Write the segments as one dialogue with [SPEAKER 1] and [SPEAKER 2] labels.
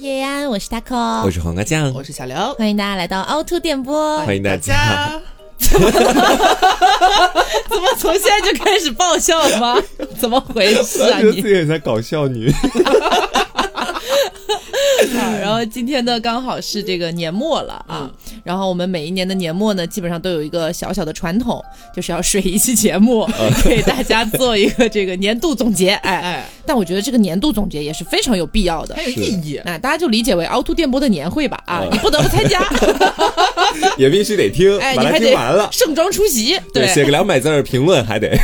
[SPEAKER 1] 叶安，我是 taco，
[SPEAKER 2] 我是黄瓜酱，
[SPEAKER 3] 我是小刘，
[SPEAKER 1] 欢迎大家来到凹凸电波。
[SPEAKER 2] 欢迎大家。
[SPEAKER 1] 怎么从现在就开始爆笑了 吗？怎么回事啊
[SPEAKER 2] 觉得自
[SPEAKER 1] 你？
[SPEAKER 2] 己很像搞笑女，
[SPEAKER 1] 好啊然后今天呢，刚好是这个年末了啊。然后我们每一年的年末呢，基本上都有一个小小的传统，就是要水一期节 目，
[SPEAKER 2] 啊
[SPEAKER 1] 给大家做一个这个年度总结。哎，
[SPEAKER 3] 哎，
[SPEAKER 1] 但我觉得这个年度总结也是非常有必要的
[SPEAKER 3] 很。有意义。
[SPEAKER 1] 那大家就理解为凹凸电波的年会吧啊
[SPEAKER 2] 嗯，
[SPEAKER 1] 你不得不参 加，
[SPEAKER 2] 也必须得听，
[SPEAKER 1] 哎，
[SPEAKER 2] 把
[SPEAKER 1] 你
[SPEAKER 2] 它
[SPEAKER 1] 还
[SPEAKER 2] 听
[SPEAKER 1] 得
[SPEAKER 2] 完了，
[SPEAKER 1] 盛装出席，对，
[SPEAKER 2] 写个两百字儿评论还得，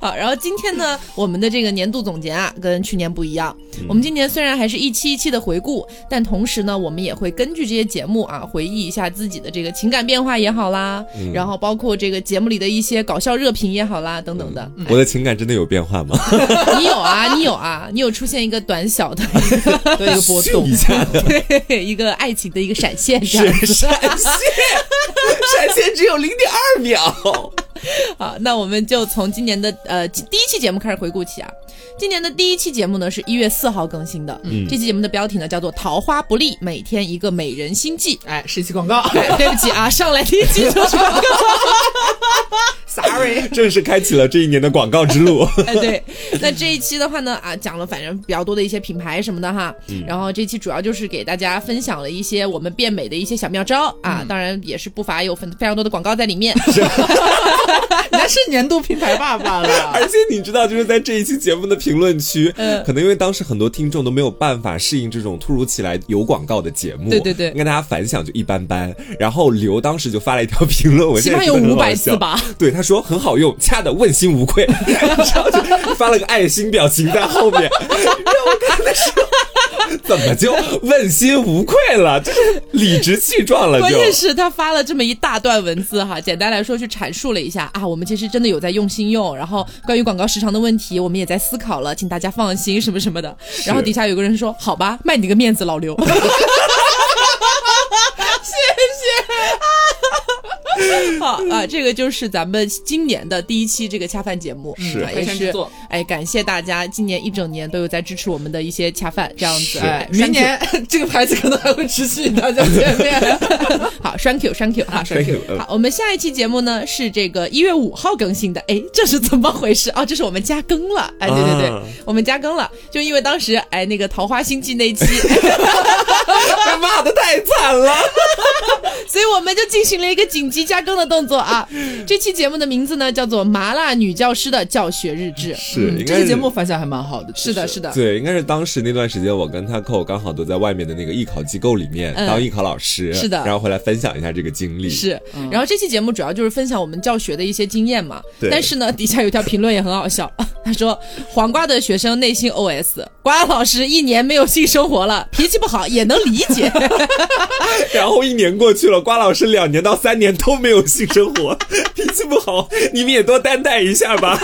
[SPEAKER 1] 好，啊然后今天呢，我们的这个年度总结啊，跟去年不一样。我们今年虽然还是一期一期的回顾，但同时呢，我们也会根据这些节目啊，回忆一下自己的这个情感变化也好啦，然后包括这个节目里的一些搞笑热评也好啦，等等的。
[SPEAKER 2] 我的情感真的有变化吗？
[SPEAKER 1] 你有啊，你有啊，你有出现一个短小的
[SPEAKER 3] 对一个波 动
[SPEAKER 2] 一下的，
[SPEAKER 1] 对一个爱情的一个闪现这样
[SPEAKER 2] 是
[SPEAKER 1] 子。
[SPEAKER 2] 闪现，闪现只有零点二秒。
[SPEAKER 1] 好，那我们就从今年的呃第一期节目开始回顾起啊。今年的第一期节目呢是一月四号更新的，嗯，这期节目的标题呢叫做《桃花不利，每天一个美人心计》。
[SPEAKER 3] 哎，是一期广告
[SPEAKER 1] 哎对不起啊，上来第一期就是广告。
[SPEAKER 3] ，sorry。
[SPEAKER 2] 正式开启了这一年的广告之路。
[SPEAKER 1] 哎，对，那这一期的话呢，啊，讲了反正比较多的一些品牌什么的哈。然后这期主要就是给大家分享了一些我们变美的一些小妙招啊，当然也是不乏有非非常多的广告在里面。
[SPEAKER 3] 那是年度品牌爸爸了。
[SPEAKER 2] 而且你知道，就是在这一期节目的评论区，
[SPEAKER 1] 嗯
[SPEAKER 2] 可能因为当时很多听众都没有办法适应这种突如其来有广告的节目，
[SPEAKER 1] 对对对
[SPEAKER 2] 跟大家反响就一般般。然后刘当时就发了一条评论，我
[SPEAKER 1] 起
[SPEAKER 2] 现在
[SPEAKER 1] 码
[SPEAKER 2] 觉得
[SPEAKER 1] 有
[SPEAKER 2] 很好
[SPEAKER 1] 500字
[SPEAKER 2] 笑
[SPEAKER 1] 吧。
[SPEAKER 2] 对，他说很好用，恰的问心无愧， 然后就发了个爱心表情在后面， 让我看的时候。怎么就问心无愧了？就是理直气壮了就，
[SPEAKER 1] 关键是他发了这么一大段文字哈，简单来说去阐述了一下啊，我们其实真的有在用心用，然后关于广告时长的问题，我们也在思考了，请大家放心什么什么的。然后底下有个人说：“好吧，卖你个面子，老 刘。”谢 谢。好啊，这个就是咱们今年的第一期这个恰饭节目，
[SPEAKER 2] 是
[SPEAKER 1] 啊也
[SPEAKER 3] 非常
[SPEAKER 1] 是
[SPEAKER 3] 制作
[SPEAKER 1] 哎，感谢大家今年一整年都有在支持我们的一些恰饭，这样子。
[SPEAKER 2] 是
[SPEAKER 1] 哎
[SPEAKER 3] 哎，明年这个牌子可能还会持续与大 家 见面。
[SPEAKER 1] 好，thank you，thank you 哈
[SPEAKER 2] ，thank you，嗯
[SPEAKER 1] 好，我们下一期节目呢是这个一月五号更新的，哎，这是怎么回事啊？这是我们加更了，哎，对对对，
[SPEAKER 2] 啊
[SPEAKER 1] 我们加更了，就因为当时哎那个《桃花心计》那期，
[SPEAKER 2] 被骂的太惨了。
[SPEAKER 1] 所以我们就进行了一个紧急加更的动作啊。这期节目的名字呢叫做《麻辣女教师的教学日志》，
[SPEAKER 2] 是，应该
[SPEAKER 3] 嗯这
[SPEAKER 2] 是
[SPEAKER 3] 期节目反响还蛮好的，
[SPEAKER 1] 是的，是的。
[SPEAKER 2] 对，应该是当时那段时间，我跟他扣刚好都在外面的那个艺考机构里面
[SPEAKER 1] 嗯
[SPEAKER 2] 当艺考老师，
[SPEAKER 1] 是的
[SPEAKER 2] 然后回来分享一下这个经历，
[SPEAKER 1] 是，然后这期节目主要就是分享我们教学的一些经验嘛。
[SPEAKER 2] 对
[SPEAKER 1] 但是呢，底下有一条评论也很好笑， 他说：“黄瓜的学生内心 OS：瓜老师一年没有性生活了，脾气不好也能理解。
[SPEAKER 2] 然后一年过去了，瓜老师两年到三年都没有性生 活，脾气不好，你们也多担待一下吧。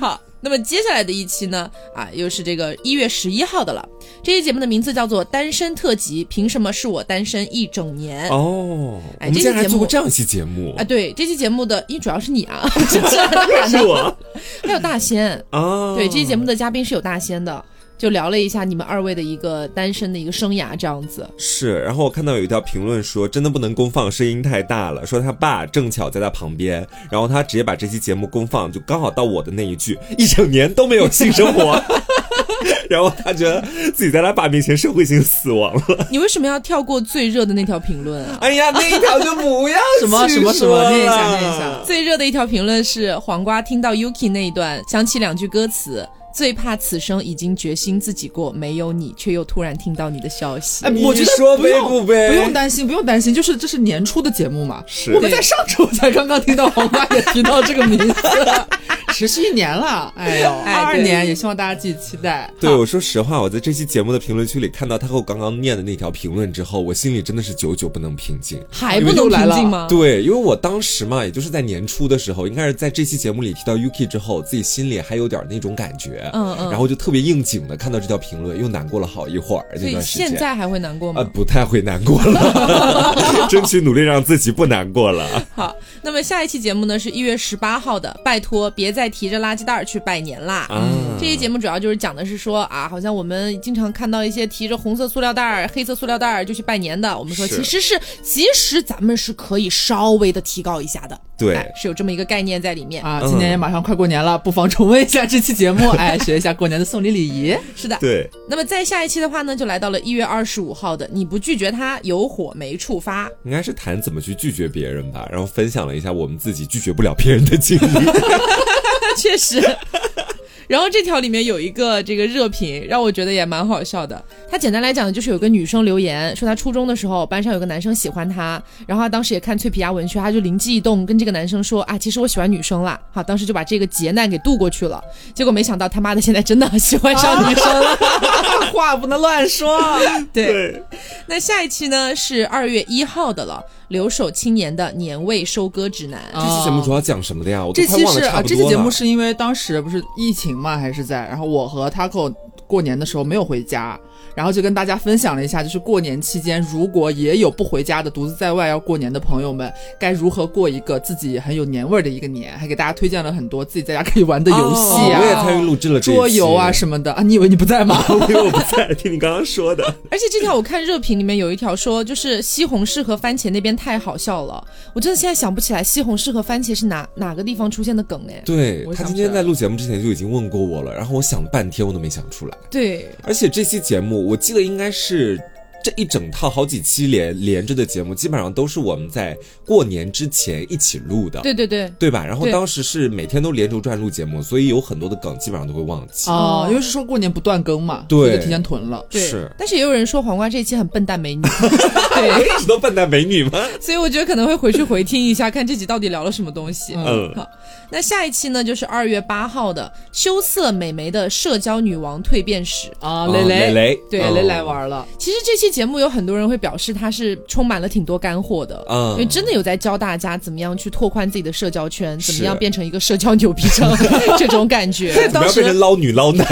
[SPEAKER 1] 好，那么接下来的一期呢，啊，又是这个一月十一号的了。这期节目的名字叫做《单身特辑》，凭什么是我单身一整年？
[SPEAKER 2] 哦，
[SPEAKER 1] 哎
[SPEAKER 2] 我们
[SPEAKER 1] 这期
[SPEAKER 2] 竟然还
[SPEAKER 1] 节目
[SPEAKER 2] 做过这样一期节目
[SPEAKER 1] 啊，，对，这期节目的，因为主要是你 啊，就是
[SPEAKER 2] 是我
[SPEAKER 1] 还有大仙，
[SPEAKER 2] 啊，
[SPEAKER 1] 对，这期节目的嘉宾是有大仙的，就聊了一下你们二位的一个单身的一个生涯这样子。
[SPEAKER 2] 是，然后我看到有一条评论说，真的不能公放，声音太大了。说他爸正巧在他旁边，然后他直接把这期节目公放，就刚好到我的那一句，一整年都没有性生活。 然后他觉得自己在他爸面前社会性死亡了。
[SPEAKER 1] 你为什么要跳过最热的那条评论啊？
[SPEAKER 2] 哎呀，那一条就不要
[SPEAKER 3] 什么
[SPEAKER 2] 去
[SPEAKER 3] 什么什
[SPEAKER 2] 说
[SPEAKER 3] 么，念一下
[SPEAKER 2] 了
[SPEAKER 3] 念一下。
[SPEAKER 1] 最热的一条评论是黄瓜听到 Yuki 那一段，想起两句歌词。最怕此生已经决心自己过，没有你，却又突然听到你的消息。
[SPEAKER 3] 哎，
[SPEAKER 2] 你
[SPEAKER 3] 我觉得
[SPEAKER 2] 说
[SPEAKER 3] 不用
[SPEAKER 2] 呗不呗
[SPEAKER 3] 不用担心，不用担心，就是这是年初的节目嘛。
[SPEAKER 2] 是
[SPEAKER 3] 我们在上周才刚刚听到黄瓜也提到这个名 字，持续一年了。哎呦，
[SPEAKER 1] 哎
[SPEAKER 3] 二二
[SPEAKER 1] 对
[SPEAKER 3] 年也希望大家继续期待。
[SPEAKER 2] 对，我说实话，我在这期节目的评论区里看到他和我刚刚念的那条评论之后，我心里真的是久久不能平静。
[SPEAKER 1] 还不能平静
[SPEAKER 3] 啊
[SPEAKER 1] 吗？
[SPEAKER 2] 对，因为我当时嘛，也就是在年初的时候，应该是在这期节目里提到 Yuki 之后，自己心里还有点那种感觉，
[SPEAKER 1] 嗯嗯
[SPEAKER 2] 然后就特别应景的看到这条评论，又难过了好一会儿
[SPEAKER 1] 所
[SPEAKER 2] 那
[SPEAKER 1] 以
[SPEAKER 2] 段时间。
[SPEAKER 1] 现在还会难过
[SPEAKER 2] 啊、
[SPEAKER 1] 吗？
[SPEAKER 2] 不太会难过了， 争取努力让自己不难过了。
[SPEAKER 1] 好，那么下一期节目呢是一月十八号的，拜托别再在提着垃圾袋儿去拜年啦。
[SPEAKER 2] 啊，
[SPEAKER 3] 嗯
[SPEAKER 1] 这期节目主要就是讲的是说啊，好像我们经常看到一些提着红色塑料袋儿、黑色塑料袋儿就去拜年的。我们说
[SPEAKER 2] 是
[SPEAKER 1] 其实是，其实咱们是可以稍微的提高一下的，哎
[SPEAKER 2] 对，
[SPEAKER 1] 是有这么一个概念在里面。
[SPEAKER 3] 啊，
[SPEAKER 2] 嗯
[SPEAKER 3] 今年也马上快过年了，不妨重温一下这期节目，哎，学一下过年的送礼礼仪。
[SPEAKER 1] 是的，
[SPEAKER 2] 对，
[SPEAKER 1] 那么在下一期的话呢，就来到了一月二十五号的，你不拒绝他，有火没处发。
[SPEAKER 2] 应该是谈怎么去拒绝别人吧，然后分享了一下我们自己拒绝不了别人的经 历。
[SPEAKER 1] 确实。 然后这条里面有一个这个热评，让我觉得也蛮好笑的。它简单来讲就是有个女生留言说，她初中的时候班上有个男生喜欢她，然后她当时也看脆皮鸭文学，她就灵机一动跟这个男生说啊，其实我喜欢女生啦。好，当时就把这个劫难给度过去了。结果没想到他妈的现在真的喜欢 上女生了。
[SPEAKER 3] 话不能乱说，
[SPEAKER 1] 对，那下一期呢是二月一号的了，留守青年的年味收割指南。
[SPEAKER 2] 这期节
[SPEAKER 3] 嗯
[SPEAKER 2] 目主要讲什么的呀？我都
[SPEAKER 3] 哦这
[SPEAKER 2] 快
[SPEAKER 3] 期
[SPEAKER 2] 忘
[SPEAKER 3] 是
[SPEAKER 2] 了差
[SPEAKER 3] 啊，
[SPEAKER 2] 不
[SPEAKER 3] 这
[SPEAKER 2] 多
[SPEAKER 3] 期
[SPEAKER 2] 了。
[SPEAKER 3] 节目是因为当时不是疫情嘛，还是在，然后我和 Taco 过年的时候没有回家，然后就跟大家分享了一下，就是过年期间如果也有不回家的独自在外要过年的朋友们，该如何过一个自己很有年味儿的一个年，还给大家推荐了很多自己在家可以玩的游戏
[SPEAKER 2] 哦
[SPEAKER 3] 啊、
[SPEAKER 2] 我也参与录制了这一期
[SPEAKER 3] 桌游啊，什么的啊。你以为你不在吗？
[SPEAKER 2] 因为我不在，听你刚刚说的。
[SPEAKER 1] 而且这条我看热评里面有一条说，就是西红柿和番茄那边太好笑了，我真的现在想不起来西红柿和番茄是哪哪个地方出现的梗哎。
[SPEAKER 2] 对
[SPEAKER 3] 我
[SPEAKER 2] 他
[SPEAKER 3] 想
[SPEAKER 2] 今
[SPEAKER 3] 起
[SPEAKER 2] 天
[SPEAKER 3] 来
[SPEAKER 2] 在录节目之前就已经问过我了，然后我想了半天我都没想出来。
[SPEAKER 1] 对，
[SPEAKER 2] 而且这期节目我记得应该是。这一整套好几期连连着的节目，基本上都是我们在过年之前一起录的，
[SPEAKER 1] 对对对，
[SPEAKER 2] 对吧？然后
[SPEAKER 1] 对
[SPEAKER 2] 当时是每天都连轴转录节目，所以有很多的梗基本上都会忘记。
[SPEAKER 3] 哦，因为是说过年不断更嘛，
[SPEAKER 2] 对
[SPEAKER 3] 所以就提前囤了。
[SPEAKER 1] 对
[SPEAKER 2] 是
[SPEAKER 1] 但是也有人说黄瓜这一期很笨蛋美 女，对，
[SPEAKER 2] 一直 都笨蛋美女吗？
[SPEAKER 1] 所以我觉得可能会回去回听一下，看这集到底聊了什么东西。
[SPEAKER 2] 嗯，
[SPEAKER 1] 好，那下一期呢就是二月八号的羞涩美眉的社交女王蜕变史。
[SPEAKER 3] 啊，
[SPEAKER 2] 啊
[SPEAKER 3] 蕾
[SPEAKER 2] 蕾
[SPEAKER 3] 蕾，哦
[SPEAKER 2] 蕾，
[SPEAKER 1] 对
[SPEAKER 3] 蕾
[SPEAKER 2] 嗯
[SPEAKER 3] 蕾来。玩了。
[SPEAKER 1] 其实这期节目有很多人会表示它是充满了挺多干货的，
[SPEAKER 2] 嗯
[SPEAKER 1] 因为真的有在教大家怎么样去拓宽自己的社交圈，
[SPEAKER 2] 是
[SPEAKER 1] 怎么样变成一个社交牛逼 症这种感觉。
[SPEAKER 2] 怎么
[SPEAKER 3] 当
[SPEAKER 2] 要变成
[SPEAKER 3] 时，
[SPEAKER 2] 捞女捞男？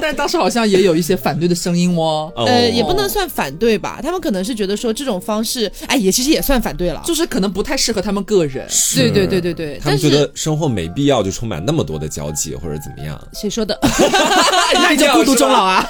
[SPEAKER 3] 但是当时好像也有一些反对的声音哦。
[SPEAKER 1] 呃，
[SPEAKER 2] 哦
[SPEAKER 1] 也不能算反对吧，他们可能是觉得说这种方式，哎，也其实也算反对了。
[SPEAKER 3] 就是可能不太适合他们个人。
[SPEAKER 1] 对对对对对，
[SPEAKER 2] 他
[SPEAKER 1] 但
[SPEAKER 2] 们觉
[SPEAKER 1] 是
[SPEAKER 2] 得生活没必要就充满那么多的交际或者怎么样。
[SPEAKER 1] 谁说 的？
[SPEAKER 3] 那你就孤独终老啊！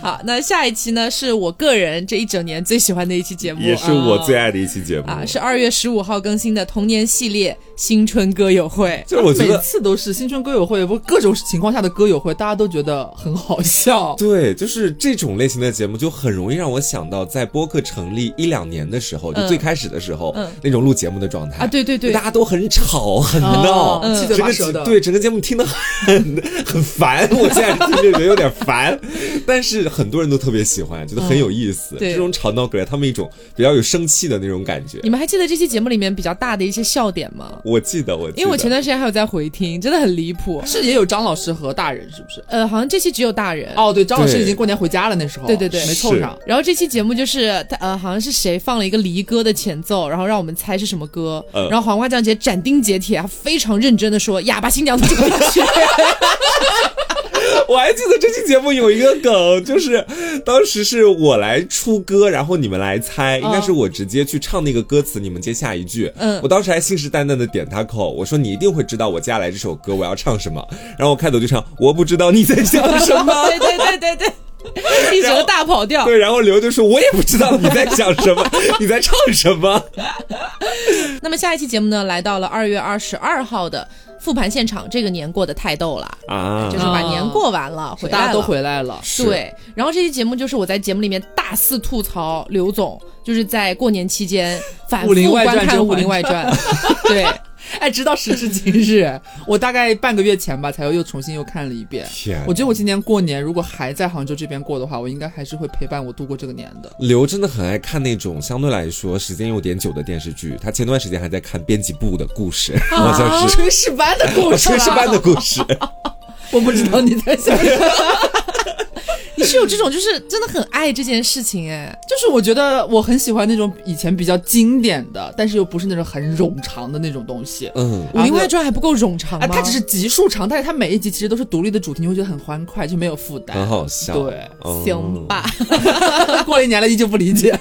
[SPEAKER 1] 好，那下一期呢是我个人这一整年最喜欢的一期节目，
[SPEAKER 2] 也是我最爱的一期节目
[SPEAKER 1] 啊，是二月十五号更新的童年系列新春歌友会。
[SPEAKER 2] 就是我觉
[SPEAKER 3] 每
[SPEAKER 2] 得
[SPEAKER 3] 次都是新春歌友会，不各种情况下的歌友会，大家都觉得很好笑。
[SPEAKER 2] 对，就是这种类型的节目，就很容易让我想到在播客成立一两年的时候，就最开始的时候，
[SPEAKER 1] 嗯
[SPEAKER 2] 那种录节目的状态
[SPEAKER 1] 啊对对对
[SPEAKER 2] 大家都很吵很闹，
[SPEAKER 3] 哦嗯
[SPEAKER 2] 整
[SPEAKER 3] 七嘴八
[SPEAKER 2] 个
[SPEAKER 3] 舌的
[SPEAKER 2] 对整个节目听得很 很烦，我现在听着觉得有点烦，但是很多人都特别喜欢，觉得很有意思，
[SPEAKER 1] 嗯对
[SPEAKER 2] 这种吵闹给了他们一种比较有生气的那种感觉
[SPEAKER 1] 你。们还记得这期节目里面比较大的一些笑点吗？
[SPEAKER 2] 我记得，我记得
[SPEAKER 1] 因为我前段时间还有在回听，真的很离谱。
[SPEAKER 3] 是也有张老师和大人，是不是？
[SPEAKER 1] 呃，好像这期只有大人。
[SPEAKER 3] 哦，对，张老师
[SPEAKER 2] 对
[SPEAKER 3] 已经过年回家了，那时候
[SPEAKER 1] 对对对
[SPEAKER 3] 没凑上。
[SPEAKER 1] 然后这期节目就是他呃，好像是谁放了一个离歌的前奏，然后让我们猜是什么歌。
[SPEAKER 3] 呃
[SPEAKER 2] 嗯
[SPEAKER 1] 然后黄瓜酱姐斩钉截铁，还非常认真的说《哑巴新娘子》这个 歌曲。
[SPEAKER 2] 我还记得这期节目有一个梗，就是当时是我来出歌，然后你们来猜，应该是我直接去唱那个歌词，你们接下一句。
[SPEAKER 1] 嗯
[SPEAKER 2] 我当时还信誓旦旦的点他口，我说你一定会知道我接下来这首歌我要唱什么。然后我开头就唱，我不知道你在想什 么。
[SPEAKER 1] 对对对对对，一整个大跑调。
[SPEAKER 2] 对，然后刘就说：“我也不知道你在想 什么，你在唱什么。
[SPEAKER 1] 那么下一期节目呢，来到了二月二十二号的复盘现场，这个年过得太逗了，”
[SPEAKER 2] 啊
[SPEAKER 1] 就是把年过完了，回来
[SPEAKER 3] 嗯大家都
[SPEAKER 1] 了
[SPEAKER 3] 回来了，
[SPEAKER 2] 是
[SPEAKER 1] 对，然后这期节目就是我在节目里面大肆吐槽刘总，就是在过年期间反复
[SPEAKER 3] 武林外
[SPEAKER 1] 观
[SPEAKER 3] 传
[SPEAKER 1] 看《
[SPEAKER 3] 甄
[SPEAKER 1] 武林外
[SPEAKER 3] 嬛
[SPEAKER 1] 传》，对，
[SPEAKER 3] 哎，直到时至今日，我大概半个月前吧，才又又重新又看了一遍。
[SPEAKER 2] 天
[SPEAKER 3] 我觉得我今年过年如果还在杭州这边过的话，我应该还是会陪伴我度过这个年的。
[SPEAKER 2] 刘真的很爱看那种相对来说时间有点久的电视剧，他前段时间还在看《编辑部的故事》，
[SPEAKER 1] 啊
[SPEAKER 2] 好像是。
[SPEAKER 3] 炊事班的故事，
[SPEAKER 2] 炊事班的，故事，
[SPEAKER 3] 我不知道你在想什么。
[SPEAKER 1] 你是有这种就是真的很爱这件事情哎，
[SPEAKER 3] 就是我觉得我很喜欢那种以前比较经典的，但是又不是那种很冗长的那种东西。
[SPEAKER 2] 嗯，
[SPEAKER 1] 《武林
[SPEAKER 3] 啊
[SPEAKER 1] 外传》还不够冗长吗？
[SPEAKER 3] 啊，它只是集数长，但是它每一集其实都是独立的主题，你会觉得很欢快，就没 有负担。
[SPEAKER 2] 很好笑。
[SPEAKER 3] 对
[SPEAKER 2] 嗯
[SPEAKER 1] 行吧。
[SPEAKER 3] 过了一年了，依旧不理解。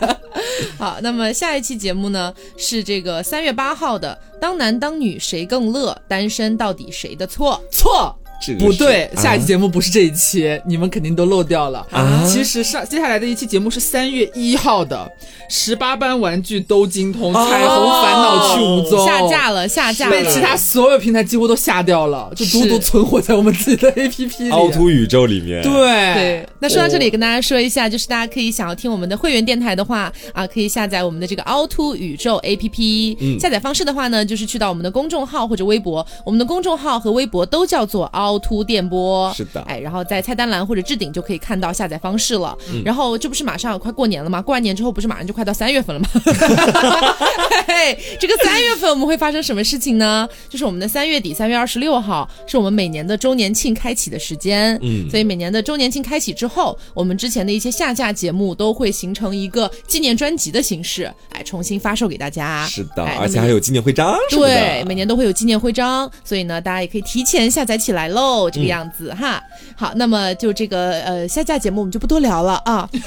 [SPEAKER 1] 好，那么下一期节目呢是这个三月八号的“当男当女谁更乐？单身到底谁的错
[SPEAKER 3] 错。
[SPEAKER 2] 这个
[SPEAKER 3] 不
[SPEAKER 2] 是
[SPEAKER 3] 对，
[SPEAKER 2] 啊
[SPEAKER 3] 下一期节目不是这一期，你们肯定都漏掉了。
[SPEAKER 2] 啊
[SPEAKER 3] 其实上接下来的一期节目是三月一号的，十八般玩具都精通，
[SPEAKER 2] 哦
[SPEAKER 3] 彩虹烦恼去无”，踪
[SPEAKER 1] 下架了，下架
[SPEAKER 3] 被
[SPEAKER 1] 了。
[SPEAKER 3] 其他所有平台几乎都下掉了，就独
[SPEAKER 1] 是
[SPEAKER 3] 独存活在我们自己的 APP 里。
[SPEAKER 2] 凹凸宇宙里面，
[SPEAKER 3] 对
[SPEAKER 1] 对， 那说到这里，也
[SPEAKER 3] 哦
[SPEAKER 1] 跟大家说一下，就是大家可以想要听我们的会员电台的话啊，可以下载我们的这个凹凸宇宙 APP。
[SPEAKER 2] 嗯
[SPEAKER 1] 下载方式的话呢，就是去到我们的公众号或者微博，我们的公众号和微博都叫做凹凸电波。
[SPEAKER 2] 是的
[SPEAKER 1] 哎，然后在菜单栏或者置顶就可以看到下载方式了。
[SPEAKER 2] 嗯
[SPEAKER 1] 然后这不是马上快过年了吗？过完年之后不是马上就快到三月份了吗？ 嘿，这个三月份我们会发生什么事情呢？就是我们的三月底，三月二十六号是我们每年的周年庆开启的时间。
[SPEAKER 2] 嗯
[SPEAKER 1] 所以每年的周年庆开启之后，我们之前的一些下架节目都会形成一个纪念专辑的形式，哎，重新发售给大家。
[SPEAKER 2] 是的，
[SPEAKER 1] 哎
[SPEAKER 2] 而且还。有纪念徽章
[SPEAKER 1] 那
[SPEAKER 2] 什
[SPEAKER 1] 么
[SPEAKER 2] 么的，
[SPEAKER 1] 对，每年都会有纪念徽章，所以呢，大家也可以提前下载起来喽，这个样子、哈。好，那么就这个呃下架节目我们就不多聊了 啊，
[SPEAKER 2] 因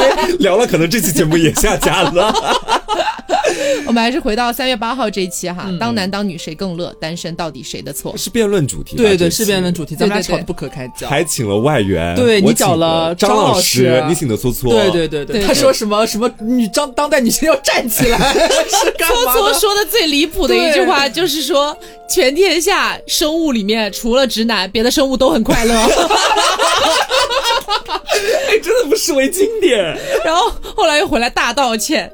[SPEAKER 2] 为聊了，可能这期节目也下架 了。
[SPEAKER 1] 我们还是回到三月八号这一期哈，当男当女谁更乐，单身到底谁的错？
[SPEAKER 2] 是辩论主题吧，
[SPEAKER 3] 对
[SPEAKER 2] 这
[SPEAKER 3] 对
[SPEAKER 2] 期
[SPEAKER 3] 是辩论主题，咱们俩
[SPEAKER 1] 对对
[SPEAKER 3] 吵得
[SPEAKER 1] 对
[SPEAKER 3] 不可开交。
[SPEAKER 2] 还请了外援，
[SPEAKER 3] 对
[SPEAKER 2] 我
[SPEAKER 3] 你找
[SPEAKER 2] 请
[SPEAKER 3] 了
[SPEAKER 2] 张
[SPEAKER 3] 张老
[SPEAKER 2] 师
[SPEAKER 3] 师，啊
[SPEAKER 2] 你请的搓搓，
[SPEAKER 3] 对对对
[SPEAKER 1] 对对
[SPEAKER 3] 他说什么什么女当当代女性要站起 来，是干
[SPEAKER 1] 搓
[SPEAKER 3] 嘛
[SPEAKER 1] 搓
[SPEAKER 3] 的？
[SPEAKER 1] 说的最离谱的一句话就是说，全天下生物里面除了直男，别的生物都很快 乐。
[SPEAKER 2] 哎，真的不失为经典。
[SPEAKER 1] 然后后来又回来大道 歉。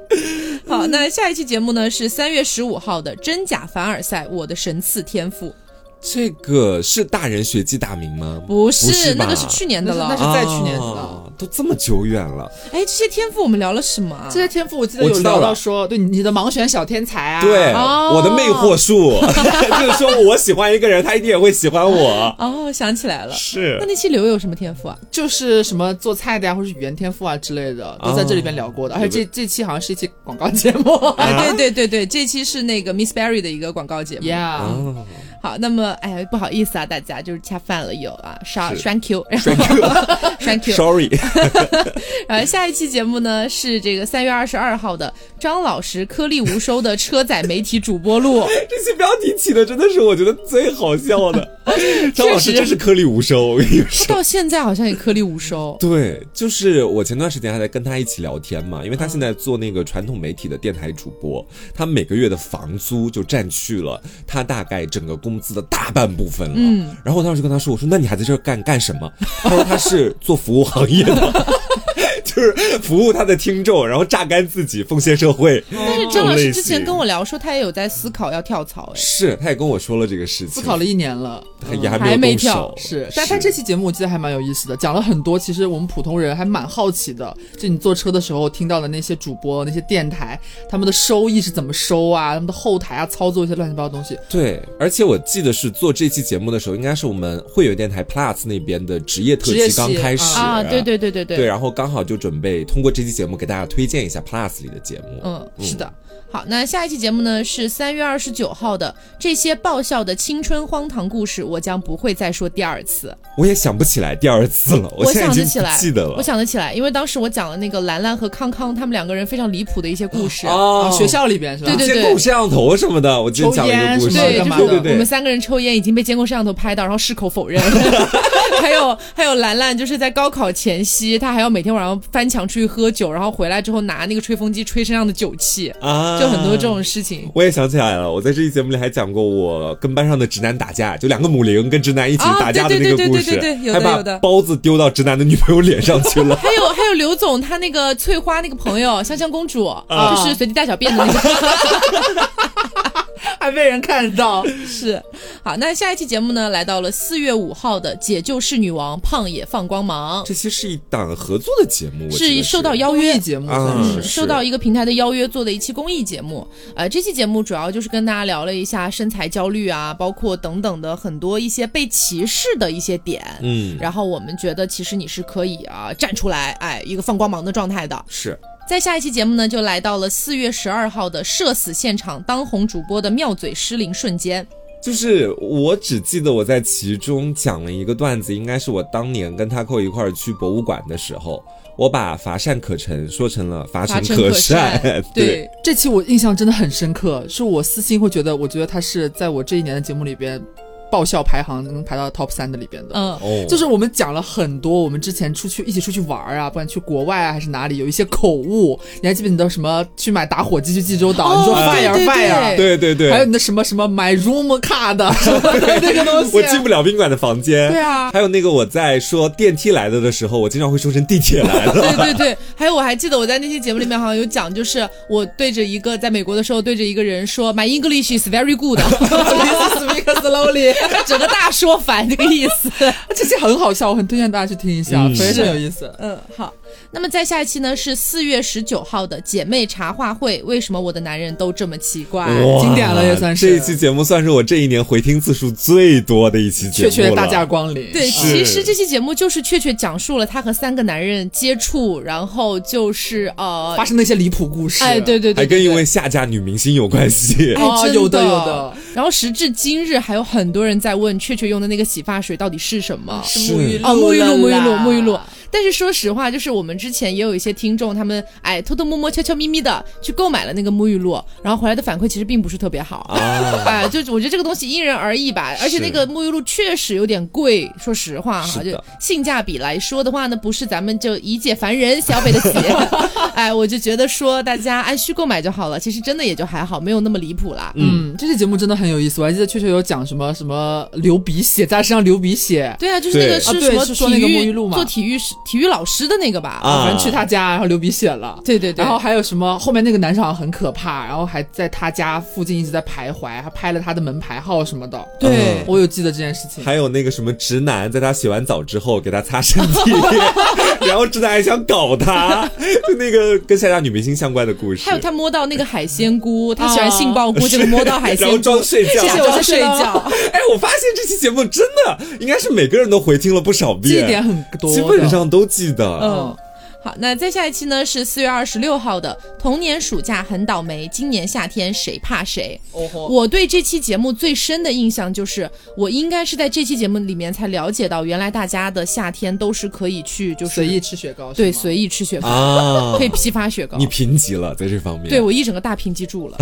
[SPEAKER 1] 好，那下一期节目呢是三月十五号的真假凡尔赛，我的神似天赋，
[SPEAKER 2] 这个是大人学记大名吗？
[SPEAKER 1] 不
[SPEAKER 2] 是，吧
[SPEAKER 1] 那个是去年的
[SPEAKER 3] 那
[SPEAKER 1] 了
[SPEAKER 3] 是。在去年的
[SPEAKER 2] 啊都这么久远了。
[SPEAKER 1] 哎，这些天赋我们聊了什么啊？
[SPEAKER 3] 这些天赋我记得
[SPEAKER 2] 我
[SPEAKER 3] 有
[SPEAKER 2] 知道
[SPEAKER 3] 聊到
[SPEAKER 2] 了
[SPEAKER 3] 说，对你的盲选小天才啊，
[SPEAKER 2] 对，
[SPEAKER 1] 哦
[SPEAKER 2] 我的魅惑术 就是说，我喜欢一个人，他一定也会喜欢我。
[SPEAKER 1] 哦，想起来了。那
[SPEAKER 2] 是，
[SPEAKER 1] 那期刘有什么天赋啊？
[SPEAKER 3] 就是什么做菜的呀、或是语言天赋啊之类的，都在这里边聊过
[SPEAKER 2] 啊
[SPEAKER 3] 的。而且这这期好像是一期广告节目
[SPEAKER 2] 哎
[SPEAKER 1] 啊，对对对对，这期是那个 Miss Berry 的一个广告节目。
[SPEAKER 3] ，Yeah，
[SPEAKER 2] 哦
[SPEAKER 1] 好，那么哎呀，不好意思啊，大家就是恰饭了又啊，刷
[SPEAKER 2] 是
[SPEAKER 1] 栓 Q，然后 栓 Q，
[SPEAKER 2] ，sorry，
[SPEAKER 1] 呃，下一期节目呢是这个三月二十二号的张老师颗粒无收的车载媒体主播 录，
[SPEAKER 2] 这些标题起的真的是我觉得最好笑 的。张老师真是颗粒无收， 我跟你说。
[SPEAKER 1] 到现在好像也颗粒无收。
[SPEAKER 2] 对，就是我前段时间还在跟他一起聊天嘛，因为他现在做那个传统媒体的电台主播，他每个月的房租就占去了他大概整个工资的大半部分了。嗯，然后我当时就跟他说：“我说那你还在这儿干干什么？”他说：“他是做服务行业的。” 就是服务他的听众，然后榨干自己，奉献社会。
[SPEAKER 1] 但是
[SPEAKER 2] 这
[SPEAKER 1] 张
[SPEAKER 2] 种
[SPEAKER 1] 老师
[SPEAKER 2] 类
[SPEAKER 1] 之前
[SPEAKER 2] 型
[SPEAKER 1] 跟我聊说，他也有在思考要跳槽，哎，
[SPEAKER 2] 是，他也跟我说了这个事情，
[SPEAKER 3] 思考了一年了。
[SPEAKER 2] 他也还
[SPEAKER 1] 嗯还
[SPEAKER 2] 没
[SPEAKER 1] 没
[SPEAKER 2] 有动
[SPEAKER 1] 跳
[SPEAKER 2] 手。
[SPEAKER 3] 是，但他这期节目我记得还蛮有意思的，讲了很多，其实我们普通人还蛮好奇的，就你坐车的时候听到的那些主播、那些电台，他们的收益是怎么收啊，他们的后台啊，操作一些乱七八糟的东西，
[SPEAKER 2] 对，而且我记得是做这期节目的时候，应该是我们会员电台 Plus 那边的职业特
[SPEAKER 3] 职业
[SPEAKER 2] 辑刚
[SPEAKER 3] 系
[SPEAKER 2] 开始
[SPEAKER 1] 啊，对对对对
[SPEAKER 2] 对，然后刚好就准备通过这期节目给大家推荐一下 Plus 里的节目。
[SPEAKER 1] 嗯，是的。好，那下一期节目呢是三月二十九号的这些爆笑的青春荒唐故事，我将不会再说第二次。
[SPEAKER 2] 我也想不起来第二次了，
[SPEAKER 1] 我
[SPEAKER 2] 现在
[SPEAKER 1] 想
[SPEAKER 2] 已
[SPEAKER 1] 得
[SPEAKER 2] 经
[SPEAKER 1] 起
[SPEAKER 2] 不
[SPEAKER 1] 来，
[SPEAKER 2] 记得了。
[SPEAKER 1] 我想得起来，因为当时我讲了那个兰兰和康康他们两个人非常离谱的一些故事。
[SPEAKER 3] 啊，
[SPEAKER 2] 哦，
[SPEAKER 3] 学校里边是吧？
[SPEAKER 1] 对对
[SPEAKER 2] 监控摄像头什么的，我今天讲了一个故事，
[SPEAKER 3] 抽烟
[SPEAKER 1] 对，就
[SPEAKER 3] 什么
[SPEAKER 1] 是
[SPEAKER 3] 的
[SPEAKER 2] 对
[SPEAKER 1] 我们
[SPEAKER 2] 对。
[SPEAKER 1] 三个人抽烟已经被监控摄像头拍到，然后矢口否认。 还有还有，兰兰就是在高考前夕，她还要每天晚上翻墙出去喝酒，然后回来之后拿那个吹风机吹身上的酒气，
[SPEAKER 2] 啊
[SPEAKER 1] 就很多这种事情。
[SPEAKER 2] 我也想起来了，我在这期节目里还讲过我跟班上的直男打架，就两个母零跟直男一起打架的那个故
[SPEAKER 1] 啊对对对
[SPEAKER 2] 事
[SPEAKER 1] 对对对有，的
[SPEAKER 2] 还
[SPEAKER 1] 有的
[SPEAKER 2] 把包子丢到直男的女朋友脸上 去了。
[SPEAKER 1] 还有还有，刘总他那个翠花那个朋友香香公主，
[SPEAKER 3] 啊
[SPEAKER 1] 就是随地大小便的那个。
[SPEAKER 3] 还被人看到，
[SPEAKER 1] 是，好，那下一期节目呢，来到了四月五号的《解救是女王，胖也放光芒》，
[SPEAKER 2] 这期是一档合作的节目，我记
[SPEAKER 1] 是
[SPEAKER 2] 得
[SPEAKER 1] 受到邀
[SPEAKER 3] 综
[SPEAKER 1] 约
[SPEAKER 3] 艺。节目算
[SPEAKER 2] 啊
[SPEAKER 3] 是。
[SPEAKER 1] 嗯，受到一个平台的邀约做的一期公益节目，呃，这期节目主要就是跟大家聊了一下身材焦虑啊，包括等等的很多一些被歧视的一些点，
[SPEAKER 2] 嗯，
[SPEAKER 1] 然后我们觉得其实你是可以啊、站出来，哎，一个放光芒的状态的。
[SPEAKER 2] 是
[SPEAKER 1] 在下一期节目呢，就来到了四月十二号的社死现场当红主播的妙嘴失灵瞬间。
[SPEAKER 2] 就是我只记得我在其中讲了一个段子，应该是我当年跟他扣一块儿去博物馆的时候，我把乏善可陈说成了乏
[SPEAKER 1] 乏
[SPEAKER 2] 陈
[SPEAKER 1] 陈
[SPEAKER 2] 可
[SPEAKER 1] 可
[SPEAKER 2] 善。
[SPEAKER 1] 善
[SPEAKER 2] 对，
[SPEAKER 3] 这期我印象真的很深刻，是我私心会觉得，我觉得他是在我这一年的节目里边爆笑排行能排到 top 三的里边的。
[SPEAKER 1] 嗯，
[SPEAKER 2] 哦，
[SPEAKER 3] 就是我们讲了很多，我们之前出去一起出去玩儿啊，不管去国外啊还是哪里，有一些口误，你还记不记得什么去买打火机去济州岛，你说
[SPEAKER 1] 哦
[SPEAKER 3] fire
[SPEAKER 1] 对对
[SPEAKER 3] fire，
[SPEAKER 2] 对对对，
[SPEAKER 3] 还有你的什么什么买 room card 什么的那个东西，
[SPEAKER 2] 我进不了宾馆的房间。
[SPEAKER 3] 对啊，
[SPEAKER 2] 还有那个我在说电梯来了的时候，我经常会说成地铁来 了。
[SPEAKER 1] 对对对，还有我还记得我在那期节目里面好像有讲，就是我对着一个在美国的时候对着一个人说 My English is very good，
[SPEAKER 3] speak slowly，
[SPEAKER 1] 整个大说反这个意思。
[SPEAKER 3] 这些很好笑，我很推荐大家去听一下，
[SPEAKER 2] 嗯
[SPEAKER 3] 非
[SPEAKER 1] 是
[SPEAKER 3] 常有意思。
[SPEAKER 1] 嗯，好。那么再下一期呢是四月十九号的姐妹茶话会，为什么我的男人都这么奇怪？
[SPEAKER 2] 哇
[SPEAKER 3] 哎经典了也算是
[SPEAKER 2] 这一期节目算是我这一年回听次数最多的一期节目
[SPEAKER 3] 确
[SPEAKER 2] 了。
[SPEAKER 3] 确大驾光临，
[SPEAKER 1] 对，
[SPEAKER 2] 是
[SPEAKER 1] 其实这期节目就是确确讲述了她和三个男人接触，然后就是呃
[SPEAKER 3] 发，生的一些离谱故事，
[SPEAKER 1] 哎，对对对
[SPEAKER 2] 还
[SPEAKER 1] 对
[SPEAKER 2] 跟一
[SPEAKER 1] 对
[SPEAKER 2] 位下嫁女明星有关系。
[SPEAKER 1] 哎
[SPEAKER 3] 哦
[SPEAKER 1] 真
[SPEAKER 3] 有
[SPEAKER 1] 的
[SPEAKER 3] 的有的。
[SPEAKER 1] 然后时至今日，还有很多人在问雀雀用的那个洗发水到底是什么。
[SPEAKER 2] 是
[SPEAKER 1] 啊，沐浴露，沐浴露，沐浴露
[SPEAKER 3] 了啦。
[SPEAKER 1] 但是说实话，就是我们之前也有一些听众，他们哎偷偷摸摸、悄悄咪咪的去购买了那个沐浴露，然后回来的反馈其实并不是特别好。
[SPEAKER 2] 啊，
[SPEAKER 1] 哎，就我觉得这个东西因人而异吧，而且那个沐浴露确实有点贵，说实话哈，
[SPEAKER 2] 是的
[SPEAKER 1] 就性价比来说的话呢，不是咱们就以解烦人消费得起。 哎，我就觉得说大家按需购买就好了，其实真的也就还好，没有那么离谱啦。
[SPEAKER 3] 嗯，这期节目真的很有意思，我还记得确确有讲什么什么流鼻血，在他身上流鼻血，
[SPEAKER 1] 对啊，就是那个
[SPEAKER 2] 对
[SPEAKER 1] 是
[SPEAKER 3] 啊
[SPEAKER 1] 什
[SPEAKER 3] 对
[SPEAKER 1] 么
[SPEAKER 3] 是说
[SPEAKER 1] 体
[SPEAKER 3] 那个沐
[SPEAKER 1] 育
[SPEAKER 3] 浴露嘛
[SPEAKER 1] 做体育是体育老师的那个吧？
[SPEAKER 2] 啊
[SPEAKER 3] 反正去他家然后流鼻血了。
[SPEAKER 1] 对对对，
[SPEAKER 3] 然后还有什么？后面那个男生好像很可怕，然后还在他家附近一直在徘徊，还拍了他的门牌号什么的。
[SPEAKER 1] 对
[SPEAKER 2] 嗯
[SPEAKER 3] 我有记得这件事情。
[SPEAKER 2] 还有那个什么直男，在他洗完澡之后给他擦身体， 然后直男还想搞他，就那个跟下嫁女明星相关的故事。
[SPEAKER 1] 还有他摸到那个海鲜菇，他喜欢性爆菇，
[SPEAKER 2] 是
[SPEAKER 1] 结果摸到海
[SPEAKER 2] 哦 然后
[SPEAKER 1] 鲜
[SPEAKER 2] 装
[SPEAKER 1] 菇，
[SPEAKER 2] 睡觉
[SPEAKER 1] 假。
[SPEAKER 3] 谢我
[SPEAKER 1] 装
[SPEAKER 3] 知
[SPEAKER 1] 睡
[SPEAKER 3] 道
[SPEAKER 1] 觉。
[SPEAKER 2] 哎，我发现这期节目真的应该是每个人都回听了不少遍，
[SPEAKER 3] 这一点很多的，
[SPEAKER 2] 基本上都记得。
[SPEAKER 1] 嗯，好，那再下一期呢是四月二十六号的《童年暑假很倒霉，今年夏天谁怕谁》。
[SPEAKER 3] 哦吼，
[SPEAKER 1] 我对这期节目最深的印象就是，我应该是在这期节目里面才了解到，原来大家的夏天都是可以去就是
[SPEAKER 3] 随意吃雪糕，
[SPEAKER 1] 对
[SPEAKER 3] 意。
[SPEAKER 1] 随意吃雪糕，
[SPEAKER 2] 啊
[SPEAKER 1] 可以批发雪糕
[SPEAKER 2] 你。贫瘠了，在这方面，
[SPEAKER 1] 对我一整个大屏记住了，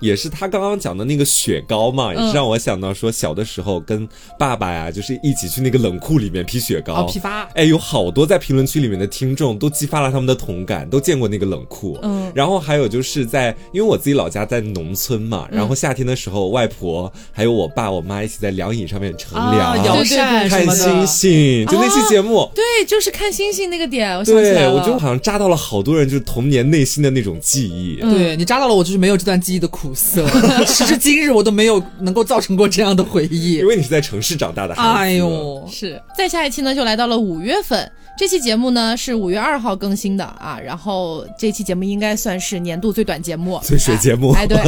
[SPEAKER 2] 也是他刚刚讲的那个雪糕
[SPEAKER 1] 嗯
[SPEAKER 2] 嘛，也是让我想到说小的时候跟爸爸呀，就是一起去那个冷库里面批雪糕，
[SPEAKER 3] 哦批发
[SPEAKER 2] 哎，有好多在评论区里面的听众都激发了他们的同感，都见过那个冷库。
[SPEAKER 1] 嗯
[SPEAKER 2] 然后还有就是在，因为我自己老家在农村嘛，
[SPEAKER 1] 嗯
[SPEAKER 2] 然后夏天的时候，外婆还有我爸我妈一起在凉椅上面乘
[SPEAKER 3] 啊，
[SPEAKER 2] 凉。
[SPEAKER 3] 摇扇什
[SPEAKER 2] 看
[SPEAKER 3] 么
[SPEAKER 2] 星
[SPEAKER 3] 的，
[SPEAKER 2] 星，就那期节目，
[SPEAKER 1] 对，就是看星星那个点，啊我想起来
[SPEAKER 2] 对
[SPEAKER 1] 了。
[SPEAKER 2] 我就好像扎到了好多人，就是童年内心的那种记忆。
[SPEAKER 3] 对你扎到了我，就是没有这段记忆的苦 涩。时至今日，我都没有能够造成过这样的回忆
[SPEAKER 2] 因。为你是在城市长大的孩子，
[SPEAKER 3] 哎，呦，
[SPEAKER 1] 是，再下一期呢就来到了五月份，这期节目呢是五月二号更新的啊，然后这期节目应该算是年度最短节目，
[SPEAKER 2] 最水节目
[SPEAKER 1] 哎，哎对，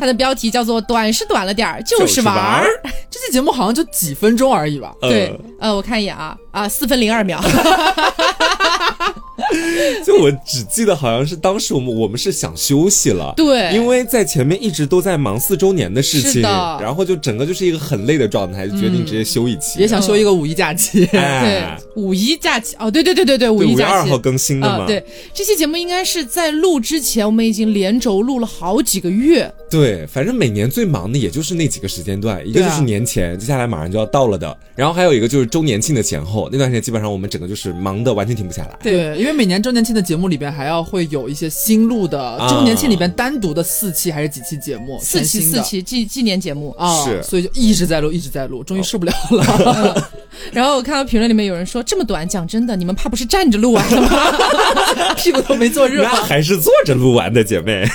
[SPEAKER 1] 它的标题叫做“短是短了点儿，就是玩儿
[SPEAKER 2] 儿”。
[SPEAKER 3] 这期节目好像就几分钟而已吧。
[SPEAKER 1] 对
[SPEAKER 2] 呃，
[SPEAKER 1] 呃，我看一眼啊，啊，四分零二秒，
[SPEAKER 2] 就我只记得好像是当时我们我们是想休息了，
[SPEAKER 1] 对
[SPEAKER 2] 因为在前面一直都在忙四周年的事
[SPEAKER 1] 是
[SPEAKER 2] 情，
[SPEAKER 1] 的
[SPEAKER 2] 然后就整个就是一个很累的状态，就决定直接休一期。
[SPEAKER 3] 也想休一个五一假期。
[SPEAKER 1] 嗯对
[SPEAKER 2] 哎，，
[SPEAKER 1] 五一假期，哦，对对对对对，五
[SPEAKER 2] 对，
[SPEAKER 1] 一
[SPEAKER 2] 五月
[SPEAKER 1] 假
[SPEAKER 2] 二
[SPEAKER 1] 期
[SPEAKER 2] 号。更新的
[SPEAKER 1] 啊、
[SPEAKER 2] 嘛，
[SPEAKER 1] 对，这期节目应该是在录之前，我们已经连轴录了好几个月，
[SPEAKER 2] 对，反正每年最忙的也就是那几个时间段，一个
[SPEAKER 3] 对
[SPEAKER 2] 就
[SPEAKER 3] 啊
[SPEAKER 2] 是年前，接下来马上就要到了的，然后还有一个就是周年庆的前后那段时间，基本上我们整个就是忙的完全停不下来。
[SPEAKER 3] 对，因为每年周年庆的节目里边还要会有一些新录的，周年庆里边单独的四期还是几期节目，
[SPEAKER 1] 四期
[SPEAKER 3] 全新
[SPEAKER 1] 四
[SPEAKER 3] 的
[SPEAKER 1] 期纪纪念节目
[SPEAKER 3] 啊，
[SPEAKER 2] 是哦
[SPEAKER 3] 所以就一直在录，一直在录，终于受不了了。
[SPEAKER 1] 然后我看到评论里面有人说这么短，讲真的，你们怕不是站着录啊完的吗？屁股都没坐热
[SPEAKER 2] 那还是坐着录完的，姐妹。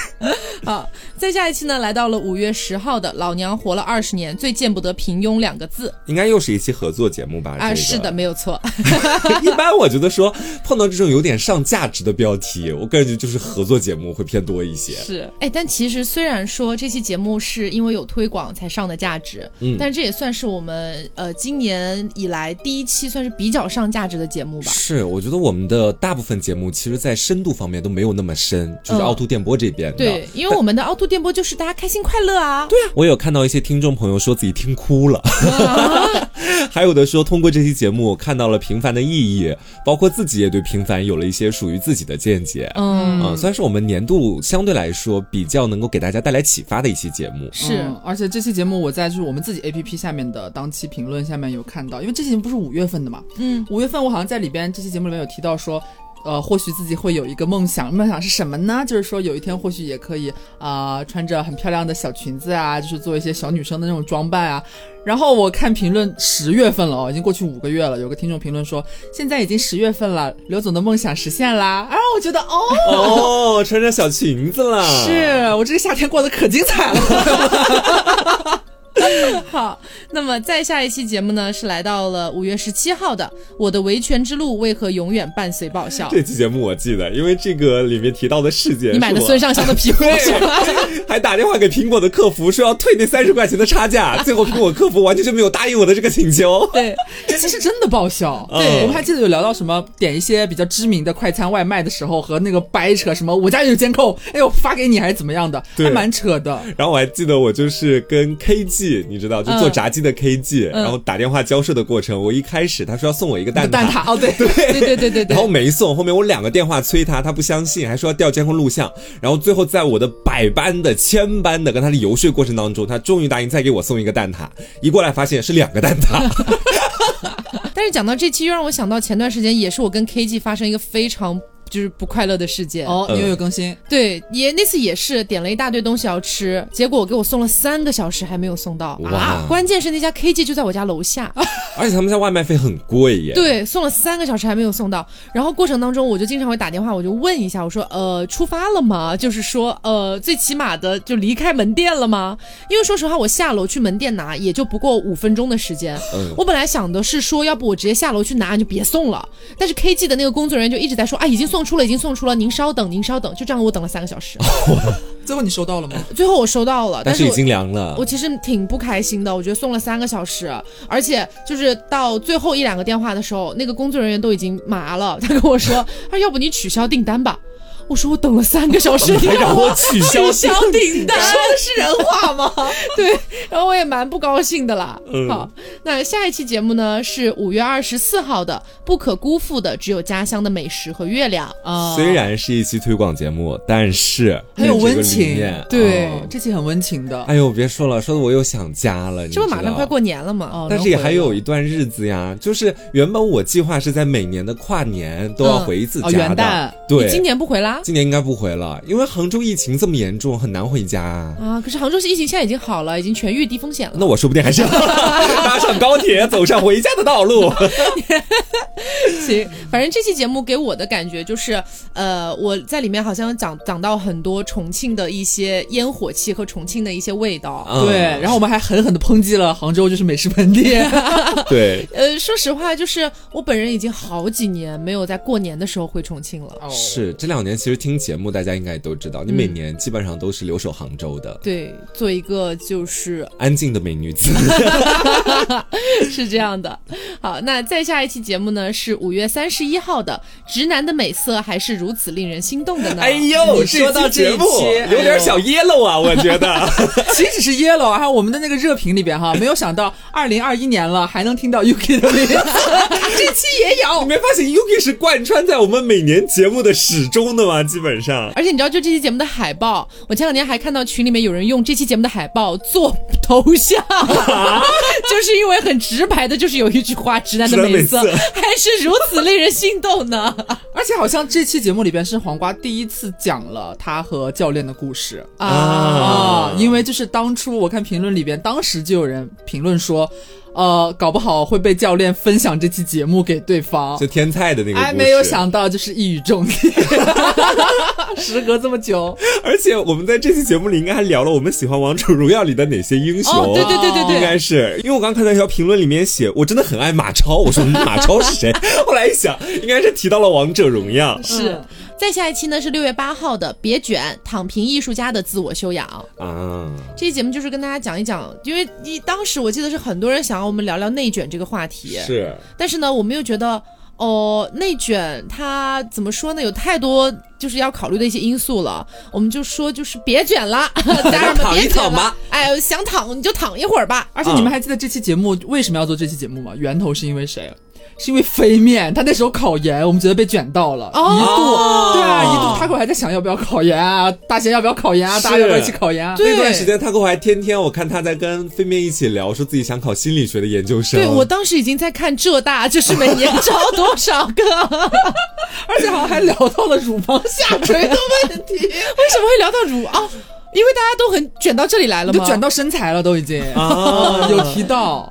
[SPEAKER 1] 啊！再下一期呢，来到了五月十号的《老娘活了二十年，最见不得平庸两个字
[SPEAKER 2] 应该又是一期合作节目吧？》这
[SPEAKER 1] 啊，
[SPEAKER 2] 个
[SPEAKER 1] 是的，没有错。
[SPEAKER 2] 一般我觉得说碰到这种有点上价值的标题，我个人觉得就是合作节目会偏多一些。
[SPEAKER 1] 是，哎，但其实虽然说这期节目是因为有推广才上的价值，
[SPEAKER 2] 嗯
[SPEAKER 1] 但这也算是我们呃今年以来第一期算是比较上价值的节目吧。
[SPEAKER 2] 是，我觉得我们的大部分节目其实，在深度方面都没有那么深，就是
[SPEAKER 1] 嗯
[SPEAKER 2] 凹凸电波这边的。
[SPEAKER 1] 对，因因为我们的凹凸电波就是大家开心快乐啊。对
[SPEAKER 2] 我有看到一些听众朋友说自己听哭 了，
[SPEAKER 1] 啊，
[SPEAKER 2] 还有的说通过这期节目看到了平凡的意义，包括自己也对平凡有了一些属于自己的见解。
[SPEAKER 1] 嗯，
[SPEAKER 2] 嗯，算是我们年度相对来说比较能够给大家带来启发的一期节目。
[SPEAKER 1] 是
[SPEAKER 3] 嗯而且这期节目我在就是我们自己 A P P 下面的当期评论下面有看到，因为这期节目不是五月份的嘛，
[SPEAKER 1] 嗯，
[SPEAKER 3] 五月份我好像在里边这期节目里面有提到说。呃，或许自己会有一个梦想，梦想是什么呢？就是说有一天或许也可以啊、穿着很漂亮的小裙子啊，就是做一些小女生的那种装扮啊。然后我看评论，十月份了哦，已经过去五个月了。有个听众评论说，现在已经十月份了，刘总的梦想实现啦。啊，我觉得哦，
[SPEAKER 2] 哦，穿着小裙子啦，
[SPEAKER 3] 是我这个夏天过得可精彩了。
[SPEAKER 1] 好，那么再下一期节目呢，是来到了五月十七号的《我的维权之路为何永远伴随爆笑》。
[SPEAKER 2] 这期节目我记得，因为这个里面提到的事件，
[SPEAKER 1] 你买的孙尚香的皮肤是吧？
[SPEAKER 2] 对，还打电话给苹果的客服说要退那三十块钱的差价，最后苹果客服完全就没有答应我的这个请求。
[SPEAKER 1] 对，
[SPEAKER 3] 这期是哎真的爆笑。
[SPEAKER 2] 嗯
[SPEAKER 3] 我们还记得有聊到什么点一些比较知名的快餐外卖的时候，和那个掰扯什么我家有监控，哎呦发给你还是怎么样的，
[SPEAKER 2] 对
[SPEAKER 3] 还蛮扯的。
[SPEAKER 2] 然后我还记得我就是跟 KG，你知道，
[SPEAKER 1] 嗯
[SPEAKER 2] 就做炸鸡的 KG，、然后打电话交涉的过程，我一开始他说要送我一个蛋挞，
[SPEAKER 3] 蛋挞哦，对对
[SPEAKER 1] 对对对对
[SPEAKER 2] 然后
[SPEAKER 1] 对，
[SPEAKER 2] 没送，后面我两个电话催他，他不相信，还说要调监控录像。然后最后在我的百般的、千般的跟他的游说过程当中，他终于答应再给我送一个蛋挞。一过来发现是两个蛋挞，
[SPEAKER 1] 但是讲到这期，又让我想到前段时间也是我跟 KG 发生一个非常就是不快乐的事件。
[SPEAKER 3] 哦，你又有更新，
[SPEAKER 1] 对，也那次也是点了一大堆东西要吃，结果我给我送了三个小时还没有送到
[SPEAKER 2] 哇
[SPEAKER 1] 啊！关键是那家 KG 就在我家楼下，
[SPEAKER 2] 而且他们家外卖费很贵耶。
[SPEAKER 1] 对，送了三个小时还没有送到。然后过程当中，我就经常会打电话，我就问一下，我说呃出发了吗？就是说呃最起码的就离开门店了吗？因为说实话，我下楼去门店拿也就不过五分钟的时间。
[SPEAKER 2] 嗯
[SPEAKER 1] 我本来想的是说，要不我直接下楼去拿，你就别送了。但是 KG 的那个工作人员就一直在说啊，已经送出了，已经送出了，您稍等，您稍等。就这样，我等了三个小 时，
[SPEAKER 3] 最后你收到了吗？
[SPEAKER 1] 最后我收到了，
[SPEAKER 2] 但是
[SPEAKER 1] 我
[SPEAKER 2] 已经凉了
[SPEAKER 1] 我。其实挺不开心的，我觉得送了三个小时，而且就是到最后一两个电话的时候，那个工作人员都已经麻了，他跟我说，他说要不你取消订单吧。我说我等了三个小时，你让
[SPEAKER 2] 哦让
[SPEAKER 1] 我
[SPEAKER 2] 我取消
[SPEAKER 1] 取消订单，
[SPEAKER 3] 的是人话吗？
[SPEAKER 1] 对，然后我也蛮不高兴的啦。
[SPEAKER 2] 嗯
[SPEAKER 1] 好，那下一期节目呢是五月二十四号的《不可辜负的只有家乡的美食和月亮》。哦
[SPEAKER 3] 啊
[SPEAKER 2] 虽然是一期推广节目，但是
[SPEAKER 3] 很有温
[SPEAKER 2] 这个理
[SPEAKER 3] 情
[SPEAKER 2] 念，
[SPEAKER 3] 对，
[SPEAKER 2] 哦
[SPEAKER 3] 这期很温情的。
[SPEAKER 2] 哎呦，别说了，说的我又想家了。你
[SPEAKER 1] 这不马
[SPEAKER 2] 知
[SPEAKER 1] 上
[SPEAKER 2] 道
[SPEAKER 1] 快过年了嘛？
[SPEAKER 3] 哦，
[SPEAKER 2] 但
[SPEAKER 3] 能
[SPEAKER 2] 是也
[SPEAKER 3] 回
[SPEAKER 2] 还
[SPEAKER 3] 了
[SPEAKER 2] 有一段日子呀，就是原本我计划是在每年的跨年都要
[SPEAKER 1] 嗯
[SPEAKER 2] 回一次
[SPEAKER 3] 哦
[SPEAKER 2] 家
[SPEAKER 3] 元
[SPEAKER 2] 的，
[SPEAKER 3] 旦
[SPEAKER 2] 对，
[SPEAKER 1] 你今年不回啦？
[SPEAKER 2] 今年应该不回了，因为杭州疫情这么严重，很难回家啊。
[SPEAKER 1] 啊，可是杭州市疫情现在已经好了，已经痊愈低风 险了。
[SPEAKER 2] 那我说不定还是要搭上高铁，走上回家的道路。
[SPEAKER 1] 行，反正这期节目给我的感觉就是，呃，我在里面好像讲讲到很多重庆的一些烟火气和重庆的一些味道。
[SPEAKER 2] 嗯
[SPEAKER 3] 对，然后我们还狠狠的抨击了杭州就是美食盆地。
[SPEAKER 2] 对，
[SPEAKER 1] 呃，说实话，就是我本人已经好几年没有在过年的时候回重庆了。
[SPEAKER 3] 哦嗯
[SPEAKER 2] 是这两年其实听节目，大家应该也都知道，你每年基本上都是留守杭州的
[SPEAKER 1] 对，做一个就是
[SPEAKER 2] 安静的美女 子。
[SPEAKER 1] 是这样的。好，那再下一期节目呢是五月三十一号的《直男的美色还是如此令人心动的呢》。
[SPEAKER 2] 哎呦，
[SPEAKER 3] 你说到
[SPEAKER 2] 这期节目
[SPEAKER 3] 这一期哎呦
[SPEAKER 2] 有点小 yellow 啊，我觉 得。
[SPEAKER 3] 岂止是 yellow 啊，还有我们的那个热评里边哈，没有想到二零二一年了还能听到 UK 的名字，
[SPEAKER 1] 啊
[SPEAKER 3] 这期也有
[SPEAKER 2] 你。没发现 Yuki 是贯穿在我们每年节目的始终的吗？基本上。
[SPEAKER 1] 而且你知道，就这期节目的海报，我前两天还看到群里面有人用这期节目的海报做头 像，就是因为很直白的，就是有一句话“直男的美色
[SPEAKER 2] 直男美
[SPEAKER 1] 还是如此令人心动呢
[SPEAKER 3] 而且好像这期节目里边是黄瓜第一次讲了他和教练的故事”
[SPEAKER 1] 啊。
[SPEAKER 3] 啊，因为就是当初我看评论里边，当时就有人评论说，呃，搞不好会被教练分享这期节目给对方
[SPEAKER 2] 就。天菜的那个故事，
[SPEAKER 3] 哎，没有想到就是一语中的， 时隔这么久，
[SPEAKER 2] 而且我们在这期节目里应该还聊了我们喜欢《王者荣耀》里的哪些英雄。
[SPEAKER 1] 哦，对对对对
[SPEAKER 2] 应
[SPEAKER 1] 对，
[SPEAKER 2] 该是因为我刚看到一条评论里面写，我真的很爱马超。我说嗯马超是谁？ 后来一想，应该是提到了《王者荣耀》。
[SPEAKER 3] 嗯
[SPEAKER 1] 是。再下一期呢是六月八号的《别卷：躺平艺术家的自我修养》。
[SPEAKER 2] 啊，
[SPEAKER 1] 这期节目就是跟大家讲一讲，因为一当时我记得是很多人想要我们聊聊内卷这个话题，
[SPEAKER 2] 是
[SPEAKER 1] 但是呢，我们又觉得。哦，内卷它怎么说呢？有太多就是要考虑的一些因素了。我们就说，就是别卷 了，家人们
[SPEAKER 2] 躺一
[SPEAKER 1] 别卷
[SPEAKER 2] 躺吧
[SPEAKER 1] 了。哎，想躺你就躺一会儿吧。
[SPEAKER 3] 而且你们还记得这期节目为什么要做这期节目吗？源头是因为谁？啊是因为飞面，他那时候考研，我们觉得被卷到了，
[SPEAKER 1] 哦
[SPEAKER 3] 一度对啊，
[SPEAKER 2] 哦
[SPEAKER 3] 一度他可还在想要不要考研啊，大贤要不要考研啊，
[SPEAKER 2] 是
[SPEAKER 3] 大家要不要一起考研啊？
[SPEAKER 1] 对
[SPEAKER 2] 那段时间，他跟我还天天，我看他在跟飞面一起聊，说自己想考心理学的研究生。
[SPEAKER 1] 对我当时已经在看浙大，就是每年招多少个
[SPEAKER 3] 而且好像还聊到了乳 房 下垂的问题，
[SPEAKER 1] 为什么会聊到乳啊？因为大家都很卷到这里来了
[SPEAKER 3] 你
[SPEAKER 1] 吗？
[SPEAKER 3] 都卷到身材了，都已经
[SPEAKER 2] 啊，
[SPEAKER 3] 有提到，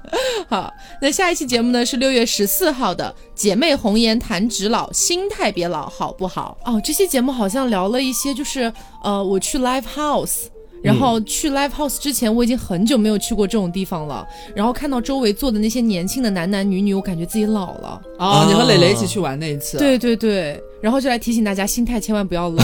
[SPEAKER 1] 好，那下一期节目呢是六月十四号的《姐妹红颜谈职老，心态别老》，好不好？哦，这期节目好像聊了一些，就是呃，我去 live house。然后去 live house 之前，我已经很久没有去过这种地方了。然后看到周围坐的那些年轻的男男女女，我感觉自己老了。
[SPEAKER 2] 哦
[SPEAKER 3] 啊，你和磊磊一起去玩那一次，，
[SPEAKER 1] 对对对，然后就来提醒大家，心态千万不要 老。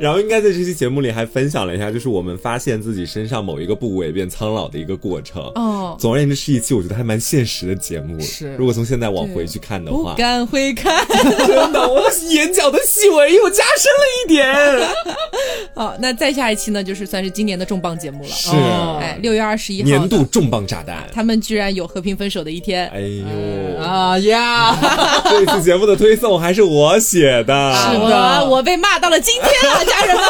[SPEAKER 2] 然后应该在这期节目里还分享了一下，就是我们发现自己身上某一个部位变苍老的一个过程。
[SPEAKER 1] 哦，
[SPEAKER 2] 总而言之，是一期我觉得还蛮现实的节目。
[SPEAKER 3] 是
[SPEAKER 2] 如果从现在往回去看的
[SPEAKER 1] 不
[SPEAKER 2] 话，
[SPEAKER 1] 敢回看。
[SPEAKER 2] 真的，我的眼角的细纹又加深了一点。
[SPEAKER 1] 好，那再下一期呢，就是算是今年的重磅节目了。
[SPEAKER 2] 是、
[SPEAKER 3] 哦
[SPEAKER 1] 哎，六月二十一号的
[SPEAKER 2] 年度重磅炸弹。
[SPEAKER 1] 他们居然有和平分手的一天。
[SPEAKER 2] 哎呦，
[SPEAKER 3] 啊呀，
[SPEAKER 2] 这次节目的推送还是我写的。
[SPEAKER 1] 啊
[SPEAKER 3] 是的
[SPEAKER 1] 我我被骂到了今天了，家人 们，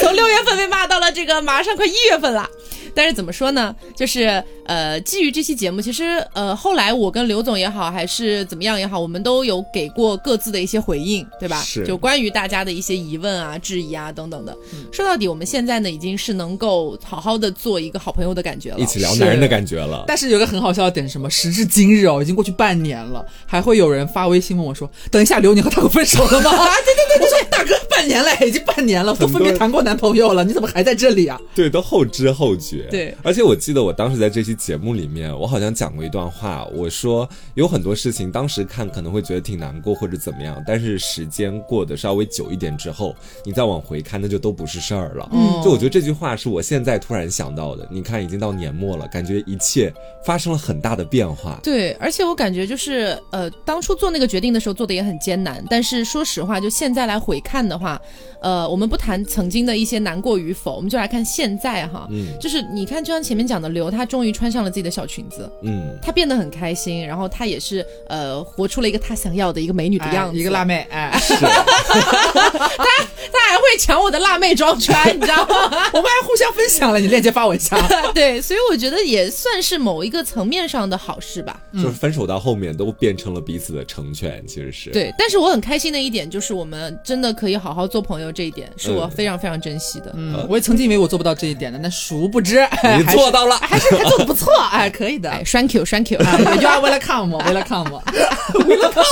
[SPEAKER 1] 从六月份被骂到了这个马上快一月份了。但是怎么说呢？就是呃，基于这期节目，其实呃，后来我跟刘总也好，还是怎么样也好，我们都有给过各自的一些回应，对吧？
[SPEAKER 2] 是
[SPEAKER 1] 就关于大家的一些疑问啊、质疑啊等等的。
[SPEAKER 2] 嗯
[SPEAKER 1] 说到底，我们现在呢，已经是能够好好的做一个好朋友的感觉了。
[SPEAKER 2] 一起聊男人的感觉了。
[SPEAKER 3] 但是有个很好笑的点是什么？时至今日哦，已经过去半年了，还会有人发微信问我说：“等一下，刘，你和他可分手了 吗？”对对对，我说大哥，半年了，已经半年啊了，都分别谈过男朋友了，你怎么还在这里啊？
[SPEAKER 2] 对，都后知后觉。
[SPEAKER 1] 对
[SPEAKER 2] 而且我记得我当时在这期节目里面，我好像讲过一段话，我说有很多事情当时看可能会觉得挺难过或者怎么样，但是时间过得稍微久一点之后，你再往回看，那就都不是事儿
[SPEAKER 1] 哦
[SPEAKER 2] 了。
[SPEAKER 3] 嗯
[SPEAKER 2] 就我觉得这句话是我现在突然想到的。你看，已经到年末了，感觉一切发生了很大的变化。
[SPEAKER 1] 对，而且我感觉就是，呃，当初做那个决定的时候做的也很艰难，但是说实话，就现在来回看的话，呃，我们不谈曾经的一些难过与否，我们就来看现在哈，
[SPEAKER 2] 嗯
[SPEAKER 1] 就是你看，就像前面讲的刘，她终于穿上了自己的小裙子，
[SPEAKER 2] 嗯，
[SPEAKER 1] 她变得很开心，然后她也是呃，活出了一个她想要的一个美女的样子，
[SPEAKER 3] 哎一个辣妹，哎，
[SPEAKER 2] 是
[SPEAKER 1] 她还会抢我的辣妹装穿，你知道吗？
[SPEAKER 3] 我们还互相分享了，你链接发我一啊下。
[SPEAKER 1] 对，所以我觉得也算是某一个层面上的好事吧。
[SPEAKER 2] 就是分手到后面都变成了彼此的成全，其实是。
[SPEAKER 1] 对，但是我很开心的一点就是，我们真的可以好好做朋友，这一点是我
[SPEAKER 2] 嗯
[SPEAKER 1] 非常非常珍惜的。
[SPEAKER 3] 嗯，我也曾经以为我做不到这一点的，但殊不知
[SPEAKER 2] 你
[SPEAKER 3] 还是
[SPEAKER 2] 做到了，
[SPEAKER 3] 还是还做的不错，哎，可以的。
[SPEAKER 1] 哎，thank you，thank you
[SPEAKER 3] 哎 you are welcome, welcome。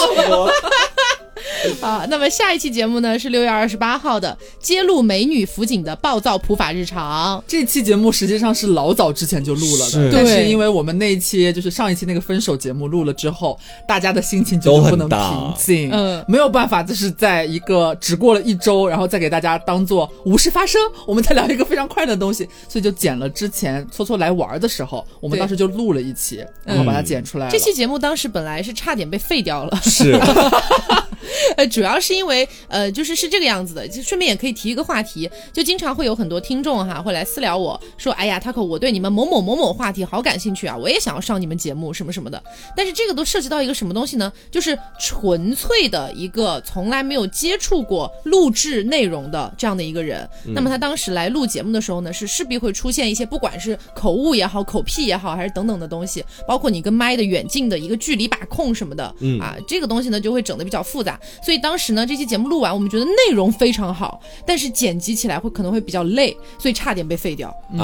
[SPEAKER 1] 啊！那么下一期节目呢是六月二十八号的，揭露美女辅警的暴躁普法日常。
[SPEAKER 3] 这期节目实际上是老早之前就录了
[SPEAKER 2] 是
[SPEAKER 3] 的，但是
[SPEAKER 1] 对
[SPEAKER 3] 因为我们那一期就是上一期那个分手节目录了之后，大家的心情就
[SPEAKER 2] 都
[SPEAKER 3] 是
[SPEAKER 2] 很
[SPEAKER 3] 不能
[SPEAKER 2] 大
[SPEAKER 3] 平静，
[SPEAKER 1] 嗯
[SPEAKER 3] 没有办法，就是在一个只过了一周，然后再给大家当做无事发生，我们再聊一个非常快乐的东西，所以就剪了之前搓搓来玩的时候，我们
[SPEAKER 1] 对
[SPEAKER 3] 当时就录了一期，然后把它剪出来了。
[SPEAKER 1] 这期节目当时本来是差点被废掉了，
[SPEAKER 2] 是。
[SPEAKER 1] 呃，主要是因为呃，就是是这个样子的。就顺便也可以提一个话题，就经常会有很多听众哈会来私聊我说，哎呀，Taco，我对你们某某某某话题好感兴趣啊，我也想要上你们节目什么什么的。但是这个都涉及到一个什么东西呢？就是纯粹的一个从来没有接触过录制内容的这样的一个人。
[SPEAKER 2] 嗯
[SPEAKER 1] 那么他当时来录节目的时候呢，是势必会出现一些不管是口误也好、口癖也好，还是等等的东西，包括你跟麦的远近的一个距离把控什么的，
[SPEAKER 2] 嗯
[SPEAKER 1] 啊，这个东西呢就会整的比较复杂。所以当时呢，这期节目录完，我们觉得内容非常好，但是剪辑起来会可能会比较累，所以差点被废掉。
[SPEAKER 2] 啊，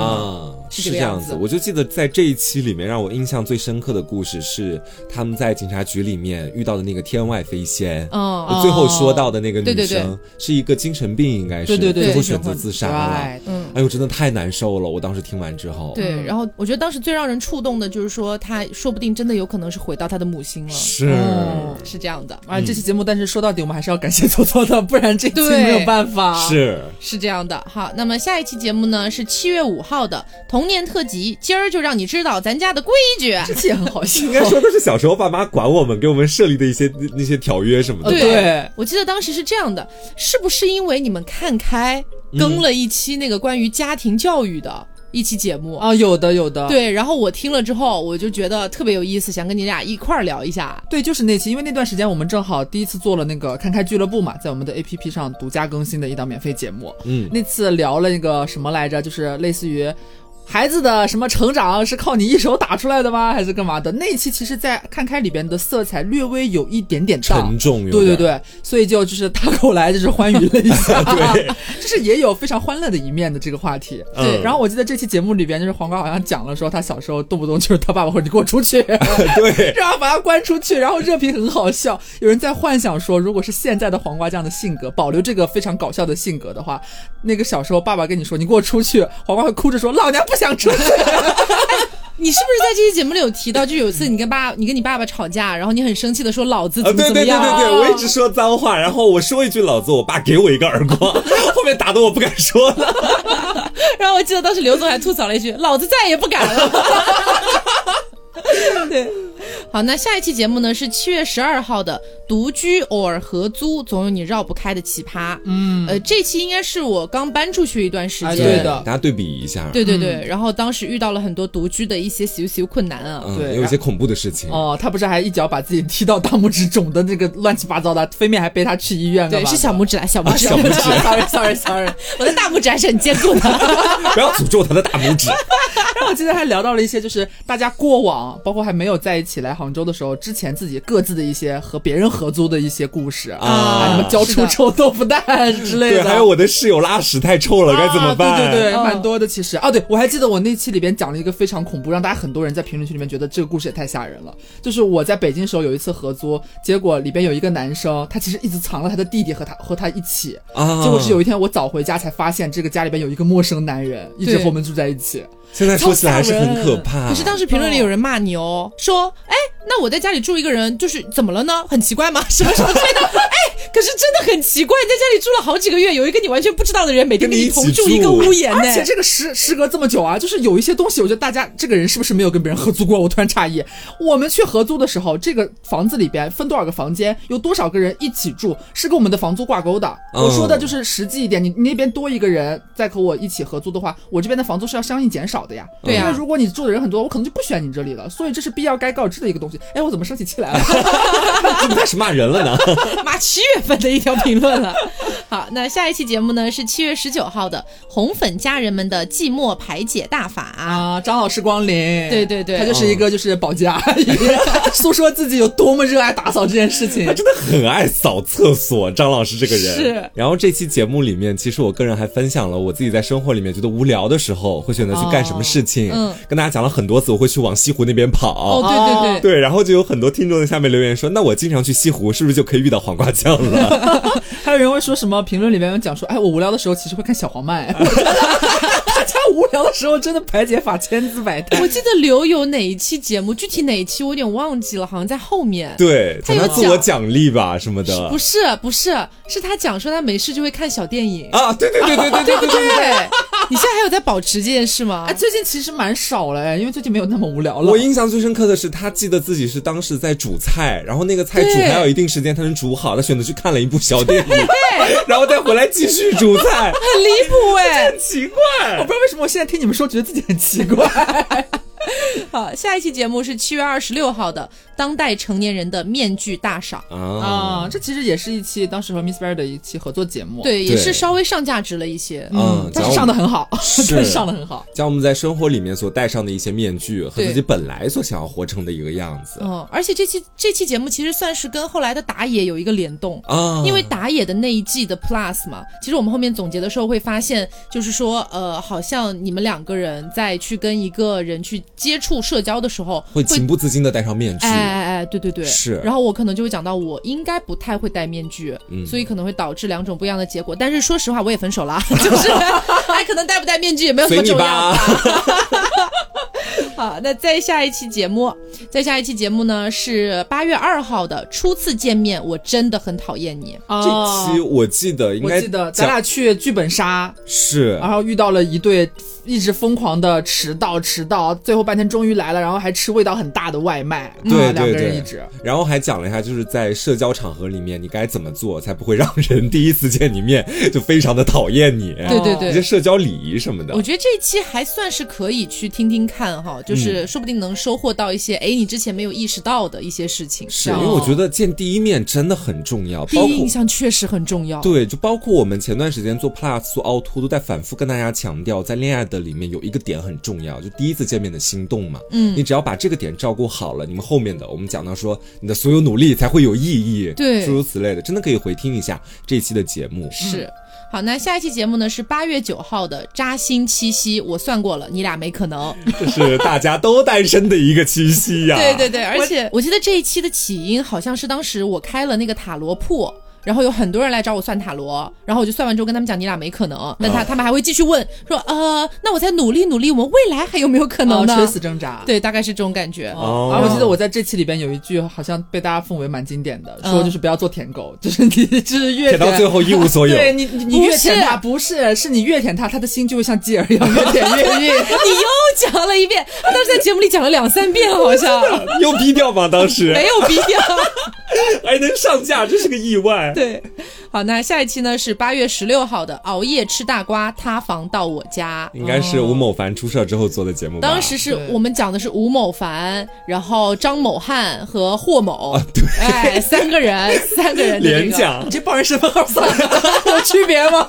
[SPEAKER 1] 嗯是
[SPEAKER 2] 是
[SPEAKER 1] 这个
[SPEAKER 2] 这
[SPEAKER 1] 样
[SPEAKER 2] 样子。
[SPEAKER 1] 子
[SPEAKER 2] 我就记得在这一期里面，让我印象最深刻的故事是他们在警察局里面遇到的那个天外飞仙。
[SPEAKER 1] 嗯，
[SPEAKER 2] 啊我最后说到的那个
[SPEAKER 1] 哦对
[SPEAKER 2] 女
[SPEAKER 1] 对对
[SPEAKER 2] 生是一个精神病，应该是
[SPEAKER 3] 对对对
[SPEAKER 2] 最后
[SPEAKER 1] 对
[SPEAKER 2] 选
[SPEAKER 3] 对
[SPEAKER 2] 择
[SPEAKER 3] 对
[SPEAKER 2] 自杀了。
[SPEAKER 3] Right
[SPEAKER 1] 嗯，
[SPEAKER 2] 哎呦，真的太难受了！我当时听完之后，
[SPEAKER 1] 对，
[SPEAKER 3] 嗯
[SPEAKER 1] 然后我觉得当时最让人触动的就是说，他说不定真的有可能是回到他的母星了，
[SPEAKER 2] 是、
[SPEAKER 3] 哦
[SPEAKER 1] 是这样的，
[SPEAKER 3] 啊，这期节目，但是说到底，我们还是要感谢搓搓的，不然这期
[SPEAKER 1] 对
[SPEAKER 3] 没有办法。，
[SPEAKER 2] 是，
[SPEAKER 1] 是这样的。好，那么下一期节目呢是七月五号的童年特辑，今儿就让你知道咱家的规矩。
[SPEAKER 3] 这期也很好笑。
[SPEAKER 2] 应该说都是小时候爸妈管我们，给我们设立的一些那些条约什么的。
[SPEAKER 3] 呃对，
[SPEAKER 1] 我记得当时是这样的，是不是因为你们看开更了一期那个关于家庭教育的一期节目？
[SPEAKER 3] 啊，有的有的，
[SPEAKER 1] 对，然后我听了之后，我就觉得特别有意思，想跟你俩一块儿聊一下。
[SPEAKER 3] 对，就是那期，因为那段时间我们正好第一次做了那个看开俱乐部嘛，在我们的 APP 上独家更新的一档免费节目。
[SPEAKER 2] 嗯，
[SPEAKER 3] 那次聊了那个什么来着，就是类似于孩子的什么成长是靠你一手打出来的吗？还是干嘛的？那一期其实，在看开里边的色彩略微有一点点
[SPEAKER 2] 沉
[SPEAKER 3] 荡。
[SPEAKER 2] 重有
[SPEAKER 3] 对对
[SPEAKER 2] 点，
[SPEAKER 3] 对，所以就就是他过来就是欢愉了一下，
[SPEAKER 2] 对，嗯
[SPEAKER 3] 就是也有非常欢乐的一面的这个话题。
[SPEAKER 1] 对
[SPEAKER 3] 然后我记得这期节目里边，就是黄瓜好像讲了说，他小时候动不动就是他爸爸会你给我出去，
[SPEAKER 2] 对，
[SPEAKER 3] 然后把他关出去，然后热评很好笑。有人在幻想说，如果是现在的黄瓜这样的性格，保留这个非常搞笑的性格的话，那个小时候爸爸跟你说你给我出去，黄瓜会哭着说老娘不想 出去。
[SPEAKER 1] 你是不是在这期节目里有提到，就有一次你跟爸、 你跟你爸爸吵架，然后你很生气的说老子
[SPEAKER 2] 啊，
[SPEAKER 1] 怎么
[SPEAKER 2] 对
[SPEAKER 1] 怎
[SPEAKER 2] 对
[SPEAKER 1] 么
[SPEAKER 2] 对
[SPEAKER 1] 样？
[SPEAKER 2] 对对，我一直说脏话，然后我说一句老子，我爸给我一个耳光， 后面打的我不敢说
[SPEAKER 3] 啊
[SPEAKER 2] 了。
[SPEAKER 1] 然后我记得当时刘总还吐槽了一句：“老子再也不敢 了。” 对，好，那下一期节目呢是七月十二号的“独居偶尔合租，总有你绕不开的奇葩”。嗯，呃，这期应该是我刚搬出去一段时间，
[SPEAKER 3] 哎对的
[SPEAKER 2] 大啊家对嗯比一下，
[SPEAKER 1] 对对对然后当时遇到了很多独居的一些小小困难啊。
[SPEAKER 2] 嗯，
[SPEAKER 3] 对
[SPEAKER 2] 有一些恐怖的事情。
[SPEAKER 3] 哦，他不是还一脚把自己踢到大拇指肿的那个乱七八糟的，飞面还背他去医院干
[SPEAKER 1] 对，
[SPEAKER 3] 嘛
[SPEAKER 1] 是 小拇指啊，小拇指，
[SPEAKER 2] 啊小拇指
[SPEAKER 3] sorry sorry sorry，
[SPEAKER 1] 我的大拇指还是很坚固的。
[SPEAKER 2] 不要诅咒他的大拇指。
[SPEAKER 3] 然后我记得还聊到了一些，就是大家过往，包括还没有在一起来杭州的时候，之前自己各自的一些和别人合租的一些故事
[SPEAKER 2] 啊
[SPEAKER 3] 什么交
[SPEAKER 1] 是
[SPEAKER 3] 出
[SPEAKER 1] 的
[SPEAKER 3] 臭豆腐蛋之类
[SPEAKER 2] 对，
[SPEAKER 3] 的。
[SPEAKER 2] 还有我的室友拉屎太臭了，该怎么办？
[SPEAKER 3] 啊、对对对，
[SPEAKER 1] 嗯
[SPEAKER 3] 蛮多的其实。啊，对我还记得我那期里边讲了一个非常恐怖，让大家很多人在评论区里面觉得这个故事也太吓人了。就是我在北京时候有一次合租，结果里边有一个男生，他其实一直藏了他的弟弟和他和他一起。
[SPEAKER 2] 啊，
[SPEAKER 3] 结果是有一天我早回家才发现，这个家里边有一个陌生男人一直
[SPEAKER 1] 对
[SPEAKER 3] 和我们住在一起。
[SPEAKER 2] 现在说起来还是很可怕。
[SPEAKER 1] 可是当时评论里有人骂你
[SPEAKER 2] 嗯
[SPEAKER 1] 哦，说，哎，那我在家里住一个人，就是怎么了呢？很奇怪吗？ 什么什么之类的。哎，可是真的很奇怪，你在家里住了好几个月，有一个你完全不知道的人，每天
[SPEAKER 2] 跟
[SPEAKER 1] 跟
[SPEAKER 2] 你
[SPEAKER 1] 你
[SPEAKER 2] 一起
[SPEAKER 1] 同住
[SPEAKER 2] 住
[SPEAKER 1] 一个屋檐呢
[SPEAKER 3] 而。 且这个时时隔这么久啊，就是有一些东西，我觉得大家这个人是不是没有跟别人合租过？我突然诧异，我们去合租的时候，这个房子里边分多少个房间，有多少个人一起住，是跟我们的房租挂钩的。
[SPEAKER 2] 嗯
[SPEAKER 3] 我说的就是实际一点，你你那边多一个人再和我一起合租的话，我这边的房租是要相应减少的呀。
[SPEAKER 1] 对呀
[SPEAKER 3] 因为如果你住的人很多，我可能就不选你这里了，所以这是必要该告知的一个东西。哎，我怎么生起气来了？
[SPEAKER 2] 怎么开始骂人了呢？
[SPEAKER 1] 妈，七月份的一条评论了。好，那下一期节目呢是七月十九号的红粉家人们的寂寞排解大法。
[SPEAKER 3] 啊，张老师光临，
[SPEAKER 1] 对对对
[SPEAKER 3] 她就是一个就是保洁阿 姨，诉说自己有多么热爱打扫这件事情
[SPEAKER 2] 他。真的很爱扫厕所，张老师这个人
[SPEAKER 1] 是。
[SPEAKER 2] 然后这期节目里面，其实我个人还分享了我自己在生活里面觉得无聊的时候会选择去干什么事情。
[SPEAKER 1] 哦嗯
[SPEAKER 2] 跟大家讲了很多次，我会去往西湖那边跑。
[SPEAKER 1] 哦，对对对，
[SPEAKER 2] 对，然后就有很多听众在下面留言说：“那我经常去西湖，是不是就可以遇到黄瓜酱了
[SPEAKER 3] 还有人会说什么？评论里面有讲说，哎，我无聊的时候其实会看小黄 麦。我觉得大家无聊的时候真的排解法千姿百态。
[SPEAKER 1] 我记得刘有哪一期节目，具体哪一期我有点忘记了，好像在后面？”。
[SPEAKER 2] 对，
[SPEAKER 1] 他
[SPEAKER 2] 讲
[SPEAKER 1] 有
[SPEAKER 2] 他自我奖励吧什么的
[SPEAKER 1] 不。是不是，是他讲说他没事就会看小电影，
[SPEAKER 2] 啊，对对对对对对对对。
[SPEAKER 1] 对， 你现在还有在保持这件事吗
[SPEAKER 3] 哎，？最近其实蛮少了，哎因为最近没有那么无聊了。
[SPEAKER 2] 我印象最深刻的是，他记得自己是当时在煮菜，然后那个菜煮
[SPEAKER 1] 对
[SPEAKER 2] 还有一定时间才能煮好，他选择去看了一部小电影， 然后再回来继续煮菜，
[SPEAKER 1] 很离谱哎！
[SPEAKER 2] 很奇怪。
[SPEAKER 3] 我不知道为什么我现在听你们说，觉得自己很奇 怪。
[SPEAKER 1] 好，下一期节目是七月二十六号的《当代成年人的面具大赏》。
[SPEAKER 2] 啊，
[SPEAKER 3] 啊，这其实也是一期当时和 Miss Bear 的一期合作节目。，
[SPEAKER 1] 对，也
[SPEAKER 2] 对
[SPEAKER 1] 是稍微上价值了一些。
[SPEAKER 2] 嗯
[SPEAKER 3] 但
[SPEAKER 2] 讲
[SPEAKER 3] 是
[SPEAKER 2] 我
[SPEAKER 3] 上的很好，
[SPEAKER 2] 是
[SPEAKER 3] 对，上的很好。
[SPEAKER 2] 将我们在生活里面所戴上的一些面具和
[SPEAKER 1] 对
[SPEAKER 2] 自己本来所想要活成的一个样子
[SPEAKER 1] 嗯，而且这期这期节目其实算是跟后来的打野有一个联动。
[SPEAKER 2] 啊，
[SPEAKER 1] 哦因为打野的那一季的 Plus 嘛，其实我们后面总结的时候会发现，就是说，呃，好像你们两个人在去跟一个人去接触社交的时候，
[SPEAKER 2] 会情不自禁的戴上面具，
[SPEAKER 1] 哎哎哎，对对对，
[SPEAKER 2] 是
[SPEAKER 1] 然后我可能就会讲到，我应该不太会戴面具，
[SPEAKER 2] 嗯
[SPEAKER 1] 所以可能会导致两种不一样的结果。但是说实话，我也分 手了，就是哎，可能戴不戴面具也没有那
[SPEAKER 2] 随
[SPEAKER 1] 么
[SPEAKER 2] 你
[SPEAKER 1] 重要
[SPEAKER 2] 吧。
[SPEAKER 1] 好，那在下一期节目，在下一期节目呢是八月二号的初次见面，我真的很讨厌你。
[SPEAKER 2] 这期我记得应
[SPEAKER 3] 啊哦我
[SPEAKER 2] 该
[SPEAKER 3] 记得咱
[SPEAKER 2] 讲
[SPEAKER 3] 俩啊去剧本杀，
[SPEAKER 2] 是
[SPEAKER 3] 然后遇到了一对一直疯狂的迟到，迟到，最后半天终于来了，然后还吃味道很大的外卖，
[SPEAKER 2] 对
[SPEAKER 3] 啊两
[SPEAKER 2] 对
[SPEAKER 3] 个人
[SPEAKER 2] 对
[SPEAKER 3] 一直。
[SPEAKER 2] 然后还讲了一下，就是在社交场合里面，你该怎么做才不会让人第一次见你面就非常的讨厌你？
[SPEAKER 1] 对对
[SPEAKER 2] 一些
[SPEAKER 1] 对。
[SPEAKER 2] 社交礼仪什么的
[SPEAKER 1] 我。觉得这一期还算是可以去听听看哈，
[SPEAKER 2] 嗯
[SPEAKER 1] 就是说不定能收获到一些哎你之前没有意识到的一些事情。
[SPEAKER 2] 是
[SPEAKER 1] 这
[SPEAKER 2] 因
[SPEAKER 1] 样
[SPEAKER 2] 为
[SPEAKER 3] 哦
[SPEAKER 2] 我觉得见第一面真的很重要，
[SPEAKER 1] 第
[SPEAKER 2] 包
[SPEAKER 1] 一
[SPEAKER 2] 括
[SPEAKER 1] 印象确实很重要。
[SPEAKER 2] 对，就包括我们前段时间做 Plus 做凹凸都在反复跟大家强调，在恋爱的里面有一个点很重要，就第一次见面的心动嘛。嗯，你只要把这个点照顾好了，你们后面的我们讲到说你的所有努力才会有意义，
[SPEAKER 1] 对
[SPEAKER 2] 诸如此类的，真的可以回听一下这一期的节目。
[SPEAKER 1] 是。好，那下一期节目呢是八月九号的扎心七夕，我算过了，你俩没可能。
[SPEAKER 2] 这是大家都单身的一个七夕呀、
[SPEAKER 1] 对对对，而且我记得这一期的起因好像是当时我开了那个塔罗铺。然后有很多人来找我算塔罗，然后我就算完之后跟他们讲你俩没可能，那他、他们还会继续问说呃，那我再努力努力，我们未来还有没有可能
[SPEAKER 3] 哦
[SPEAKER 1] 呢？
[SPEAKER 3] 垂死挣扎。
[SPEAKER 1] 对，大概是这种感觉。
[SPEAKER 2] 哦
[SPEAKER 3] 然后我记得我在这期里边有一句好像被大家奉为蛮经典的，
[SPEAKER 1] 嗯
[SPEAKER 3] 说就是不要做舔狗，就是你就是越
[SPEAKER 2] 舔到最后一无所有。
[SPEAKER 3] 对你你你
[SPEAKER 1] 不
[SPEAKER 3] 越舔
[SPEAKER 1] 是
[SPEAKER 3] 他不是，是你越舔他，他的心就会像鸡儿一样越舔 越 硬。
[SPEAKER 1] 你又讲了一遍，他当时在节目里讲了两三遍，好像
[SPEAKER 2] 又低调吗？当 时
[SPEAKER 1] 没有必要。
[SPEAKER 2] 还能上架，这是个意外。
[SPEAKER 1] 对，好，那下一期呢是八月十六号的熬夜吃大瓜，塌房到我家。
[SPEAKER 2] 应该是吴某凡出事之后做的节目吧。
[SPEAKER 1] 当时是
[SPEAKER 3] 对
[SPEAKER 1] 我们讲的是吴某凡，然后张某汉和霍某，对，哎，三个人，三个人的这个
[SPEAKER 2] 啊连。讲
[SPEAKER 3] 你这报人身份号算 有区别吗？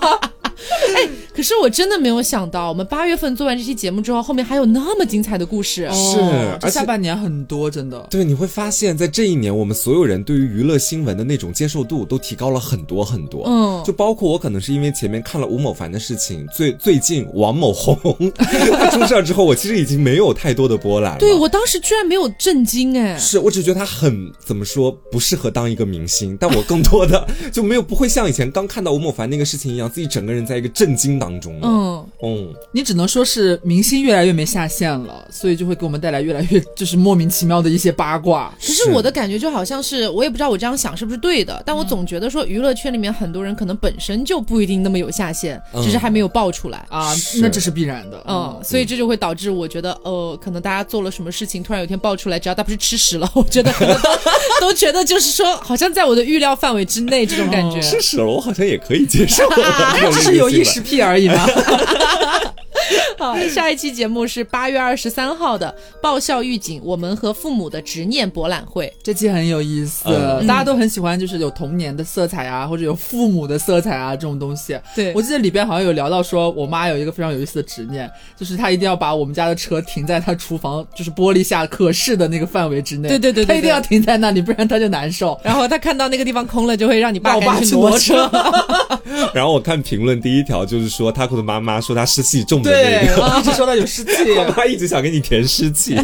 [SPEAKER 1] 可是我真的没有想到，我们八月份做完这期节目之后，后面还有那么精彩的故事。
[SPEAKER 2] 是
[SPEAKER 3] 哦这
[SPEAKER 2] 而且
[SPEAKER 3] 下半年很多真的。
[SPEAKER 2] 对，你会发现在这一年，我们所有人对于娱乐新闻的那种接受度都提高了很多很多。
[SPEAKER 1] 嗯
[SPEAKER 2] 就包括我可能是因为前面看了吴某凡的事情，最 最近王某红他出事之后，我其实已经没有太多的波澜了。
[SPEAKER 1] 对我当时居然没有震惊哎，
[SPEAKER 2] 是我只觉得他很怎么说不适合当一个明星，但我更多的 就没有不会像以前刚看到吴某凡那个事情一样，自己整个人在一个震惊当中了。
[SPEAKER 1] 嗯，
[SPEAKER 2] 嗯，
[SPEAKER 3] 你只能说是明星越来越没下限了，所以就会给我们带来越来越就是莫名其妙的一些八卦。
[SPEAKER 1] 可是我的感觉就好像是，我也不知道我这样想是不是对的，
[SPEAKER 2] 嗯
[SPEAKER 1] 但我总觉得说娱乐圈里面很多人可能本身就不一定那么有下限，
[SPEAKER 2] 嗯
[SPEAKER 1] 只是还没有爆出来。
[SPEAKER 3] 啊
[SPEAKER 2] 是，
[SPEAKER 3] 那这是必然的。
[SPEAKER 1] 嗯，，所以这就会导致我觉得，呃，可能大家做了什么事情，突然有一天爆出来，只要他不是吃屎了，我觉得可能都都觉得就是说，好像在我的预料范围之内这种感觉。
[SPEAKER 2] 吃屎了，我好像也可以接受。这
[SPEAKER 3] 只嗯是有意识癖而已嘛。
[SPEAKER 1] 好，下一期节目是八月二十三号的《爆笑预警：我们和父母的执念博览会》。
[SPEAKER 3] 这期很有意思，
[SPEAKER 2] 嗯
[SPEAKER 3] 大家都很喜欢，就是有童年的色彩啊，或者有父母的色彩啊这种东西。
[SPEAKER 1] 对
[SPEAKER 3] 我记得里边好像有聊到说，我妈有一个非常有意思的执念，就是她一定要把我们家的车停在她厨房就是玻璃下可视的那个范围之内。
[SPEAKER 1] 对对对对
[SPEAKER 3] 她一定要停在那里，不然她就难受。
[SPEAKER 1] 然后他看到那个地方空了，就会让你爸
[SPEAKER 3] 让我
[SPEAKER 1] 赶
[SPEAKER 3] 爸
[SPEAKER 1] 紧
[SPEAKER 3] 去
[SPEAKER 1] 挪
[SPEAKER 3] 挪
[SPEAKER 1] 车。
[SPEAKER 2] 然后我看评论第一条就是说 Taco 的妈妈说他湿气重的
[SPEAKER 3] 对，
[SPEAKER 2] 那 个，
[SPEAKER 3] 然后一直说到有湿气。
[SPEAKER 2] 他一直想给你填 湿气。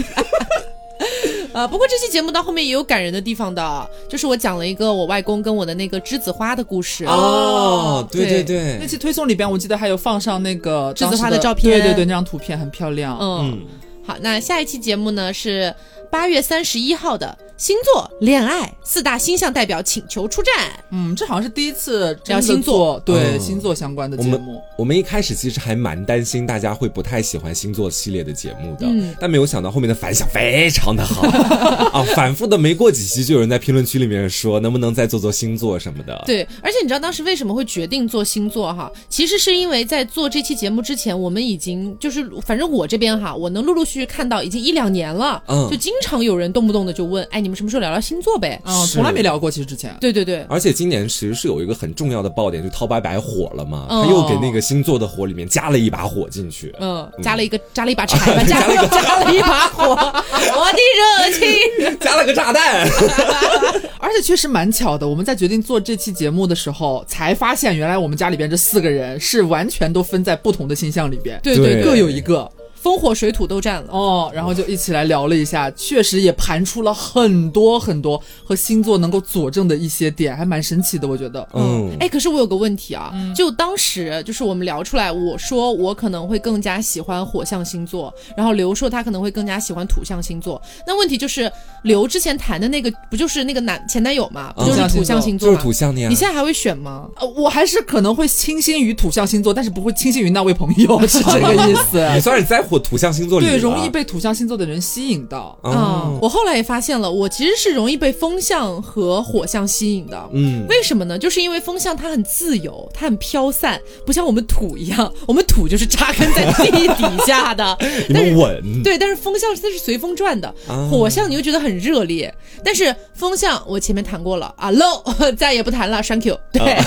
[SPEAKER 1] 呃，不过这期节目到后面也有感人的地方的，就是我讲了一个我外公跟我的那个栀子花的故事。
[SPEAKER 2] 哦，对
[SPEAKER 1] 对
[SPEAKER 2] 对对
[SPEAKER 3] 那，期推送里边，我记得还有放上那个
[SPEAKER 1] 栀子
[SPEAKER 3] 当时
[SPEAKER 1] 花的照片
[SPEAKER 3] 对对对，那张图片很漂亮。
[SPEAKER 1] 嗯，
[SPEAKER 2] 嗯，
[SPEAKER 1] 好，那下一期节目呢是八月三十一号的星座恋爱四大星象代表请求出战。
[SPEAKER 3] 嗯，这好像是第一次真
[SPEAKER 1] 聊
[SPEAKER 3] 的
[SPEAKER 1] 星座
[SPEAKER 3] 做对
[SPEAKER 2] 嗯
[SPEAKER 3] 星座相关的
[SPEAKER 2] 我
[SPEAKER 3] 节
[SPEAKER 2] 们
[SPEAKER 3] 目。
[SPEAKER 2] 我们一开始其实还蛮担心大家会不太喜欢星座系列的节目的，
[SPEAKER 1] 嗯
[SPEAKER 2] 但没有想到后面的反响非常 的好啊，反复的没过几期就有人在评论区里面说能不能再做做星座什么的，
[SPEAKER 1] 对，而且你知道当时为什么会决定做星座哈？其实是因为在做这期节目之前，我们已经就是反正我这边哈，我能陆陆续续看到已经一两年了，
[SPEAKER 2] 嗯
[SPEAKER 1] 就经常有人动不动的就问，哎，你们什么时候聊聊星座呗？
[SPEAKER 3] 嗯，
[SPEAKER 2] 是
[SPEAKER 3] 从来没聊过，其实之前。
[SPEAKER 1] 对对对，
[SPEAKER 2] 而且今年其实是有一个很重要的爆点，就陶白白火了嘛，
[SPEAKER 1] 哦
[SPEAKER 2] 他又给那个星座的火里面加了一把火进去，
[SPEAKER 1] 嗯，加了一个加 了一把柴吧，加了一个加了一把 火，我的热情。
[SPEAKER 2] 加了个炸弹。
[SPEAKER 3] 而且确实蛮巧的，我们在决定做这期节目的时候，才发现原来我们家里边这四个人是完全都分在不同的星象里边，
[SPEAKER 1] 对
[SPEAKER 2] 对
[SPEAKER 3] 各有一个，
[SPEAKER 1] 风火水土都占了。
[SPEAKER 3] 哦，然后就一起来聊了一下，确实也盘出了很多很多和星座能够佐证的一些点，还蛮神奇的，我觉得。
[SPEAKER 2] 嗯，
[SPEAKER 1] 哎，可是我有个问题啊，就当时就是我们聊出来，我说我可能会更加喜欢火象星座，然后刘说他可能会更加喜欢土象星座。那问题就是刘之前谈的那个不就是那个男前男友嘛，不就是土象星座
[SPEAKER 2] 嗯就是
[SPEAKER 1] 吗？
[SPEAKER 2] 土象的呀
[SPEAKER 1] 你。 现在还会选吗？
[SPEAKER 3] 呃，我还是可能会倾心于土象星座，但是不会倾心于那位朋友， 是这个意
[SPEAKER 2] 你
[SPEAKER 3] 思。
[SPEAKER 2] 算是在火土象星座里了，
[SPEAKER 3] 对，容易被土象星座的人吸引到。
[SPEAKER 1] 嗯
[SPEAKER 2] 哦，，
[SPEAKER 1] 我后来也发现了，我其实是容易被风象和火象吸引的。
[SPEAKER 2] 嗯，
[SPEAKER 1] 为什么呢？就是因为风象它很自由，它很飘散，不像我们土一样，我们土就是扎根在地底下的。
[SPEAKER 2] 你
[SPEAKER 1] 但
[SPEAKER 2] 们
[SPEAKER 1] 是
[SPEAKER 2] 稳，
[SPEAKER 1] 对，但是风象它是随风转的，
[SPEAKER 2] 嗯啊
[SPEAKER 1] 火象你就觉得很热烈，但是风象我前面谈过了啊，low 再也不谈了，thank you，对，
[SPEAKER 2] 啊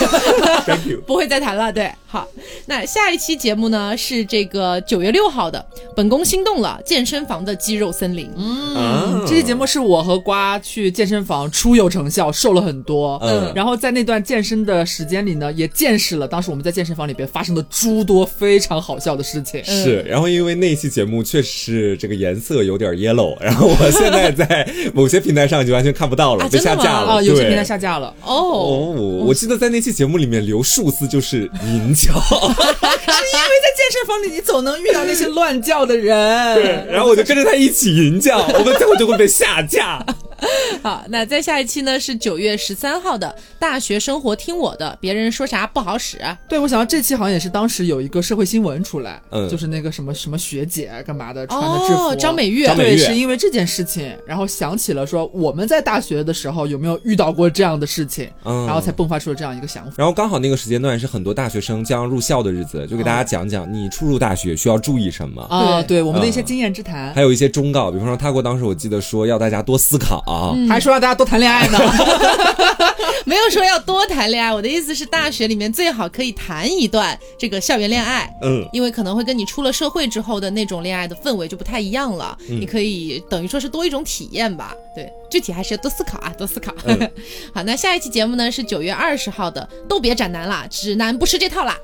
[SPEAKER 2] ，thank you，
[SPEAKER 1] 不会再谈了，对，好，那下一期节目呢是这个九月六号的《本宫心动了》健身房的肌肉森林，
[SPEAKER 2] 啊
[SPEAKER 3] 这期节目是我和瓜去健身房，初有成效，瘦了很多。
[SPEAKER 2] 嗯
[SPEAKER 3] 然后在那段健身的时间里呢，也见识了当时我们在健身房里边发生的诸多非常好笑的事情。
[SPEAKER 1] 嗯
[SPEAKER 2] 是，然后因为那一期节目确实这个颜色有点 yellow，然后我现在在某些平台上就完全看不到了，
[SPEAKER 1] 啊
[SPEAKER 2] 被
[SPEAKER 1] 真的
[SPEAKER 2] 下
[SPEAKER 1] 吗
[SPEAKER 2] 架了。
[SPEAKER 3] 啊，有些
[SPEAKER 2] 哦对
[SPEAKER 3] 平台下架了。
[SPEAKER 1] 哦。
[SPEAKER 2] 哦，我记得在那期节目里面，刘数字就是您叫，
[SPEAKER 3] 因为在健身房里，你总能遇到那些乱叫 的人。
[SPEAKER 2] 然后我就跟着他一起吟叫，我们最后就会被下架。
[SPEAKER 1] 好，那在下一期呢是九月十三号的《大学生活听我的》，别人说啥不好使，啊
[SPEAKER 3] 对，我想到这期好像也是当时有一个社会新闻出来，
[SPEAKER 2] 嗯
[SPEAKER 3] 就是那个什么什么学姐干嘛的穿的制服，
[SPEAKER 1] 哦张美玉张
[SPEAKER 2] 美玉
[SPEAKER 3] 对，是因为这件事情，然后想起了说我们在大学的时候有没有遇到过这样的事情，
[SPEAKER 2] 嗯
[SPEAKER 3] 然后才迸发出了这样一个想法。
[SPEAKER 2] 然后刚好那个时间段是很多大学生将要入校的日子，就给大家讲讲你初入大学需要注意什么。
[SPEAKER 3] 啊，
[SPEAKER 1] 对
[SPEAKER 3] 对，我们的一些
[SPEAKER 2] 嗯
[SPEAKER 3] 经验之谈，
[SPEAKER 2] 还有一些忠告，比方说他国当时我记得说要大家多思考，啊
[SPEAKER 1] 嗯
[SPEAKER 3] 还说让大家多谈恋 爱呢。
[SPEAKER 1] 没有说要多谈恋爱，我的意思是，大学里面最好可以谈一段这个校园恋爱，
[SPEAKER 2] 嗯，
[SPEAKER 1] 因为可能会跟你出了社会之后的那种恋爱的氛围就不太一样了。
[SPEAKER 2] 嗯
[SPEAKER 1] 你可以等于说是多一种体验吧。对，具体还是要多思考啊，多思考。
[SPEAKER 2] 嗯
[SPEAKER 1] 好，那下一期节目呢是九月二十号的，都别斩男啦，直男不吃这套啦。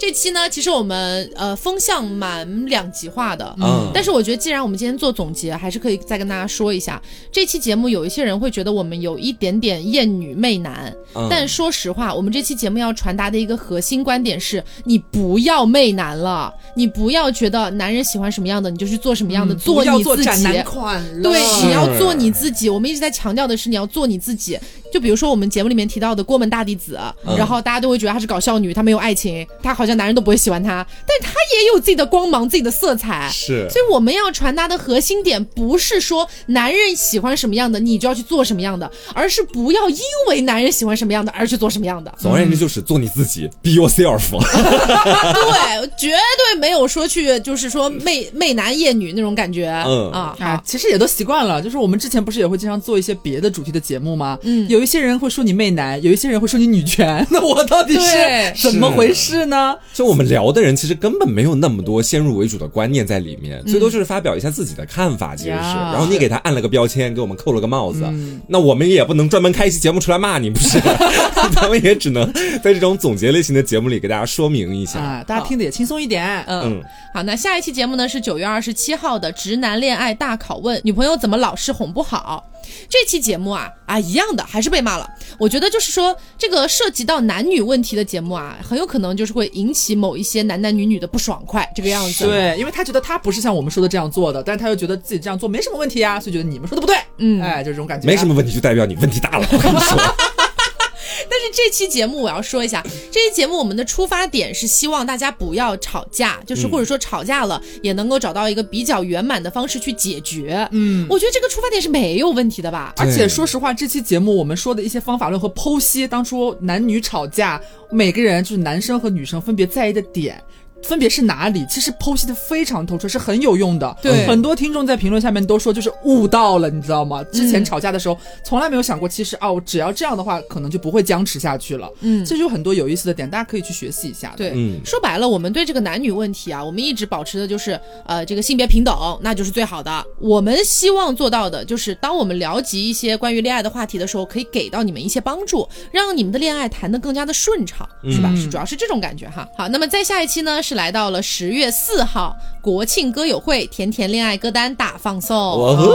[SPEAKER 1] 这期呢，其实我们呃风向蛮两极化的，
[SPEAKER 2] 嗯
[SPEAKER 1] 但是我觉得，既然我们今天做总结，还是可以再跟大家说一下，这期节目有一些人会觉得我们有一点点厌女媚男，
[SPEAKER 2] 嗯
[SPEAKER 1] 但说实话，我们这期节目要传达的一个核心观点是，你不要媚男了，你不要觉得男人喜欢什么样的你就去做什么样的，
[SPEAKER 3] 嗯不要
[SPEAKER 1] 你
[SPEAKER 3] 做
[SPEAKER 1] 自
[SPEAKER 3] 斩
[SPEAKER 1] 己。
[SPEAKER 3] 男款了
[SPEAKER 1] 对，你要
[SPEAKER 2] 是
[SPEAKER 1] 做你自己。我们一直在强调的是，你要做你自己。就比如说我们节目里面提到的郭门大弟子，
[SPEAKER 2] 嗯
[SPEAKER 1] 然后大家都会觉得她是搞笑女，她没有爱情，她好像男人都不会喜欢她，但她也有自己的光芒、自己的色彩。
[SPEAKER 2] 是。
[SPEAKER 1] 所以我们要传达的核心点不是说男人喜欢什么样的你就要去做什么样的，而是不要因为男人喜欢什么样的而去做什么样的
[SPEAKER 2] 总而言之就是做你自己，be yourself。
[SPEAKER 1] 对，绝对没有说去就是说媚媚男厌女那种感觉。
[SPEAKER 2] 嗯
[SPEAKER 1] 啊，
[SPEAKER 3] 啊
[SPEAKER 1] 好，，
[SPEAKER 3] 其实也都习惯了。就是我们之前不是也会经常做一些别的主题的节目吗？嗯，有一些人会说你媚男，有一些人会说你女权， 那我到底
[SPEAKER 1] 对
[SPEAKER 3] 是怎么回事呢？
[SPEAKER 2] 就我们聊的人，其实根本没有那么多先入为主的观念在里面，最多就是发表一下自己的看法，其实是。
[SPEAKER 3] 呀
[SPEAKER 2] 然后你给他按了个标签，给我们扣了个帽子，那我们也不能专门开一期节目出来骂你，不是？咱们也只能在这种总结类型的节目里给大家说明一下。
[SPEAKER 3] 啊，大家听得也轻松一点。
[SPEAKER 1] 嗯，好，那下一期节目呢是九月二十七号的《直男恋爱大拷问》，女朋友怎么老是哄不好？这期节目啊啊一样的，还是被骂了。我觉得就是说，这个涉及到男女问题的节目啊，很有可能就是会引起某一些男男女女的不爽快，这个样子。
[SPEAKER 3] 对，因为他觉得他不是像我们说的这样做的，但是他又觉得自己这样做没什么问题啊呀，所以觉得你们说的不对。嗯，哎，就这种感觉。
[SPEAKER 2] 没什。么问题，就代表你问题大了。我跟你说，
[SPEAKER 1] 但是这期节目我要说一下，这期节目我们的出发点是希望大家不要吵架，就是或者说吵架了、也能够找到一个比较圆满的方式去解决。嗯，我觉得这个出发点是没有问题的吧？
[SPEAKER 3] 而且说实话，这期节目我们说的一些方法论和剖析当初男女吵架，每个人就是男生和女生分别在意的点。分别是哪里？其实剖析的非常透彻，是很有用的。嗯
[SPEAKER 1] 对
[SPEAKER 3] 很多听众在评论下面都说，就是悟到了，你知道吗？之
[SPEAKER 1] 嗯
[SPEAKER 3] 前吵架的时候，从来没有想过，其实哦，只要这样的话，可能就不会僵持下去了。嗯，这就有很多有意思的点，大家可以去学习一下的。
[SPEAKER 1] 对，
[SPEAKER 2] 嗯
[SPEAKER 1] 说白了，我们对这个男女问题啊，我们一直保持的就是，呃，这个性别平等，那就是最好的。我们希望做到的就是，当我们聊及一些关于恋爱的话题的时候，可以给到你们一些帮
[SPEAKER 2] 嗯
[SPEAKER 1] 助，让你们的恋爱谈得更加的顺畅，是吧？是主要是这种感觉哈。好，那么在下一期呢，是来到了十月四号国庆歌友会，甜甜恋爱歌单大放送。
[SPEAKER 2] 哇
[SPEAKER 3] 哦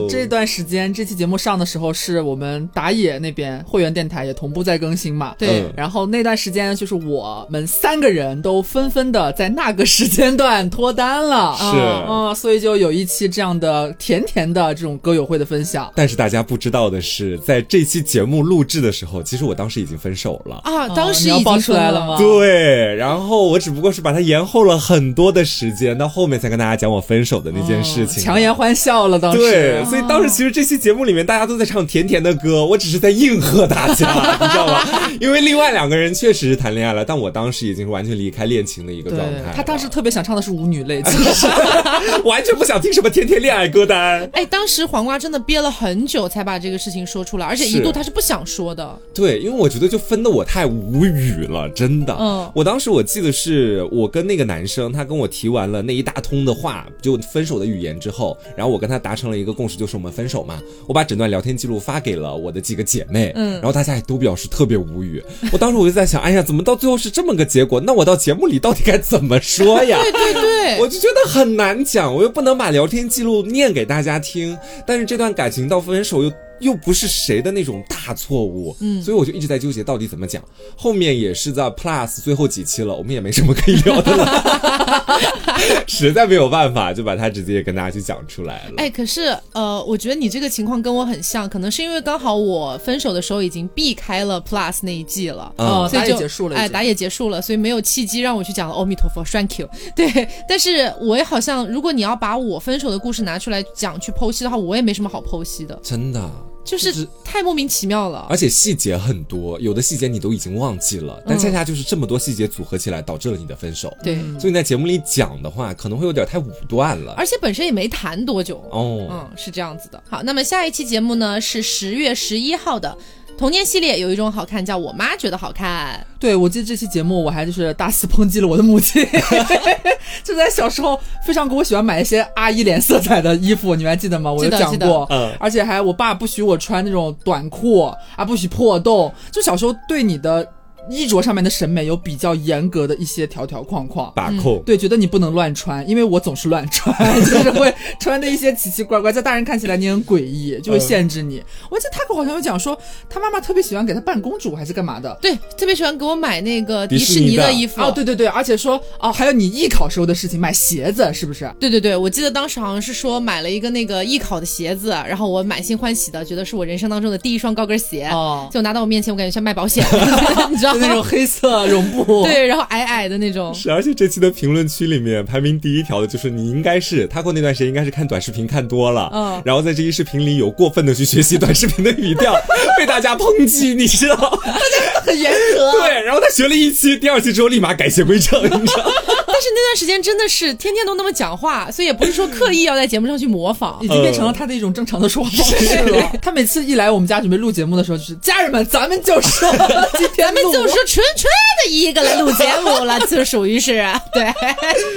[SPEAKER 2] 哦，，
[SPEAKER 3] 这段时间这期节目上的时候，是我们打野那边会员电台也同步在更新嘛？
[SPEAKER 1] 对
[SPEAKER 2] 嗯
[SPEAKER 3] 然后那段时间，就是我们三个人都纷纷的在那个时间段脱单了，
[SPEAKER 2] 是
[SPEAKER 3] 嗯、所以就有一期这样的甜甜的这种歌友会的分享。
[SPEAKER 2] 但是大家不知道的是，在这期节目录制的时候，其实我当时已经分手了。
[SPEAKER 1] 啊，当时已
[SPEAKER 3] 哦你要
[SPEAKER 1] 经
[SPEAKER 3] 爆
[SPEAKER 1] 分
[SPEAKER 3] 出来了吗？？
[SPEAKER 2] 对，然后我只不过是把它延后了很多的时间，到后面才跟大家讲我分手的那件事情。啊
[SPEAKER 3] 哦强颜欢笑了，当时
[SPEAKER 2] 对，所以当时其实这期节目里面大家都在唱甜甜的歌，我只是在应和大家， 你知道吧？因为另外两个人确实是谈恋爱了，但我当时已经完全离开恋情的一个
[SPEAKER 3] 对
[SPEAKER 2] 状态啊了。
[SPEAKER 3] 他当时特别想唱的是《舞女泪》，其 实
[SPEAKER 2] 完全不想听什么甜甜恋爱歌单。
[SPEAKER 1] 哎，当时黄瓜真的憋了很久才把这个事情说出来，而且一
[SPEAKER 2] 是
[SPEAKER 1] 度他是不想说的。
[SPEAKER 2] 对，因为我觉得就分的我太无语了，真的。
[SPEAKER 1] 嗯
[SPEAKER 2] 我当时我记得是我跟那个男生，他跟我提完了那一大通的话，就分手的语言之后，然后我跟他达成了一个共识，就是我们分手嘛。我把整段聊天记录发给了我的几个姐妹，嗯，然后大家也都表示特别无语。我当时我就在想，哎呀，怎么到最后是这么个结果？那我到节目里到底该怎么说呀？
[SPEAKER 1] 对对对，
[SPEAKER 2] 我就觉得很难讲，我又不能把聊天记录念给大家听，但是这段感情到分手又。又不是谁的那种大错误，嗯，所以我就一直在纠结到底怎么讲。后面也是在 Plus 最后几期了，我们也没什么可以聊的了， 实在没有办法，就把它直接跟大家去讲出来了。
[SPEAKER 1] 哎，可是呃，我觉得你这个情况跟我很像，可能是因为刚好我分手的时候已经避开了 Plus 那一季了。
[SPEAKER 2] 嗯
[SPEAKER 3] 哦
[SPEAKER 1] 所以
[SPEAKER 3] 打
[SPEAKER 1] 就
[SPEAKER 3] 野结束了已经
[SPEAKER 1] 哎，打野结束了，所以没有契机让我去讲了阿弥陀佛，thank you。对， 但是我也好像，如果你要把我分手的故事拿出来讲去剖析的话，我也没什么好剖析的，
[SPEAKER 2] 真的，
[SPEAKER 1] 就是
[SPEAKER 2] 是
[SPEAKER 1] 太莫名其妙了。
[SPEAKER 3] 哎
[SPEAKER 2] 而且细节很多，有的细节你都已经忘记了，但恰恰就是这么多细节组合起来导致了你的分手。
[SPEAKER 1] 对，
[SPEAKER 3] 嗯
[SPEAKER 2] 所以你在节目里讲的话，可能会有点太武断了。
[SPEAKER 1] 而且本身也没谈多久。
[SPEAKER 2] 哦，
[SPEAKER 1] 嗯，是这样子的。好，那么下一期节目呢是十月十一号的童年系列，有一种好看叫我妈觉得好看。
[SPEAKER 3] 对我记得这期节目我还就是大肆抨击了我的母亲， 就在小时候非常给我喜欢买一些阿姨脸色彩的衣服，你们还记得吗？我
[SPEAKER 1] 记
[SPEAKER 3] 有
[SPEAKER 1] 得
[SPEAKER 3] 讲
[SPEAKER 1] 记得
[SPEAKER 3] 过，
[SPEAKER 2] 嗯
[SPEAKER 3] 而且还我爸不许我穿那种短裤啊，不许破洞，就小时候对你的衣着上面的审美有比较严格的一些条条框框。
[SPEAKER 2] 把控。
[SPEAKER 3] 对，觉得你不能乱穿，因为我总是乱穿， 就是会穿的一些奇奇怪怪，在大人看起来你很诡异，就会限制你。我记得 Taco 好像有讲说，他妈妈特别喜欢给他扮公主还是干嘛的，
[SPEAKER 1] 对，特别喜欢给我买那个迪
[SPEAKER 2] 迪士
[SPEAKER 1] 士尼
[SPEAKER 2] 尼的
[SPEAKER 1] 衣服。
[SPEAKER 3] 哦，对对对，而且说哦，还有你艺考时候的事情，买鞋子是不是？
[SPEAKER 1] 对对对，我记得当时好像是说买了一个那个艺考的鞋子，然后我满心欢喜的觉得是我人生当中的第一双高跟鞋，
[SPEAKER 3] 哦
[SPEAKER 1] 就拿到我面前，我感觉像卖保险的， 你知道
[SPEAKER 3] 就 那种
[SPEAKER 1] 吗？
[SPEAKER 3] 黑色绒 布。，
[SPEAKER 1] 对，然后矮矮的那种，
[SPEAKER 2] 是，而且这期的评论区里面排名第一条的就是你应该是他过那段时间应该是看短视频看多了，
[SPEAKER 1] 嗯
[SPEAKER 2] 然后在这一视频里有过分的去学习短视频的语调， 被大家抨击，你知道？
[SPEAKER 3] 很严
[SPEAKER 1] 啊
[SPEAKER 3] 格。
[SPEAKER 2] 对，然后他学了一期，第二期之后立马改邪归正，你知道？
[SPEAKER 1] 但是那段时间真的是天天都那么讲话，所以也不是说刻意要在节目上去模仿
[SPEAKER 3] 已。经变成了他的一种正常的说话方式了。 他每次一来我们家准备录节目的时候，就是家人们，咱们就 说今天
[SPEAKER 1] 咱们
[SPEAKER 3] 录
[SPEAKER 1] 哎就是纯粹的一个来录节目了，就属于是对，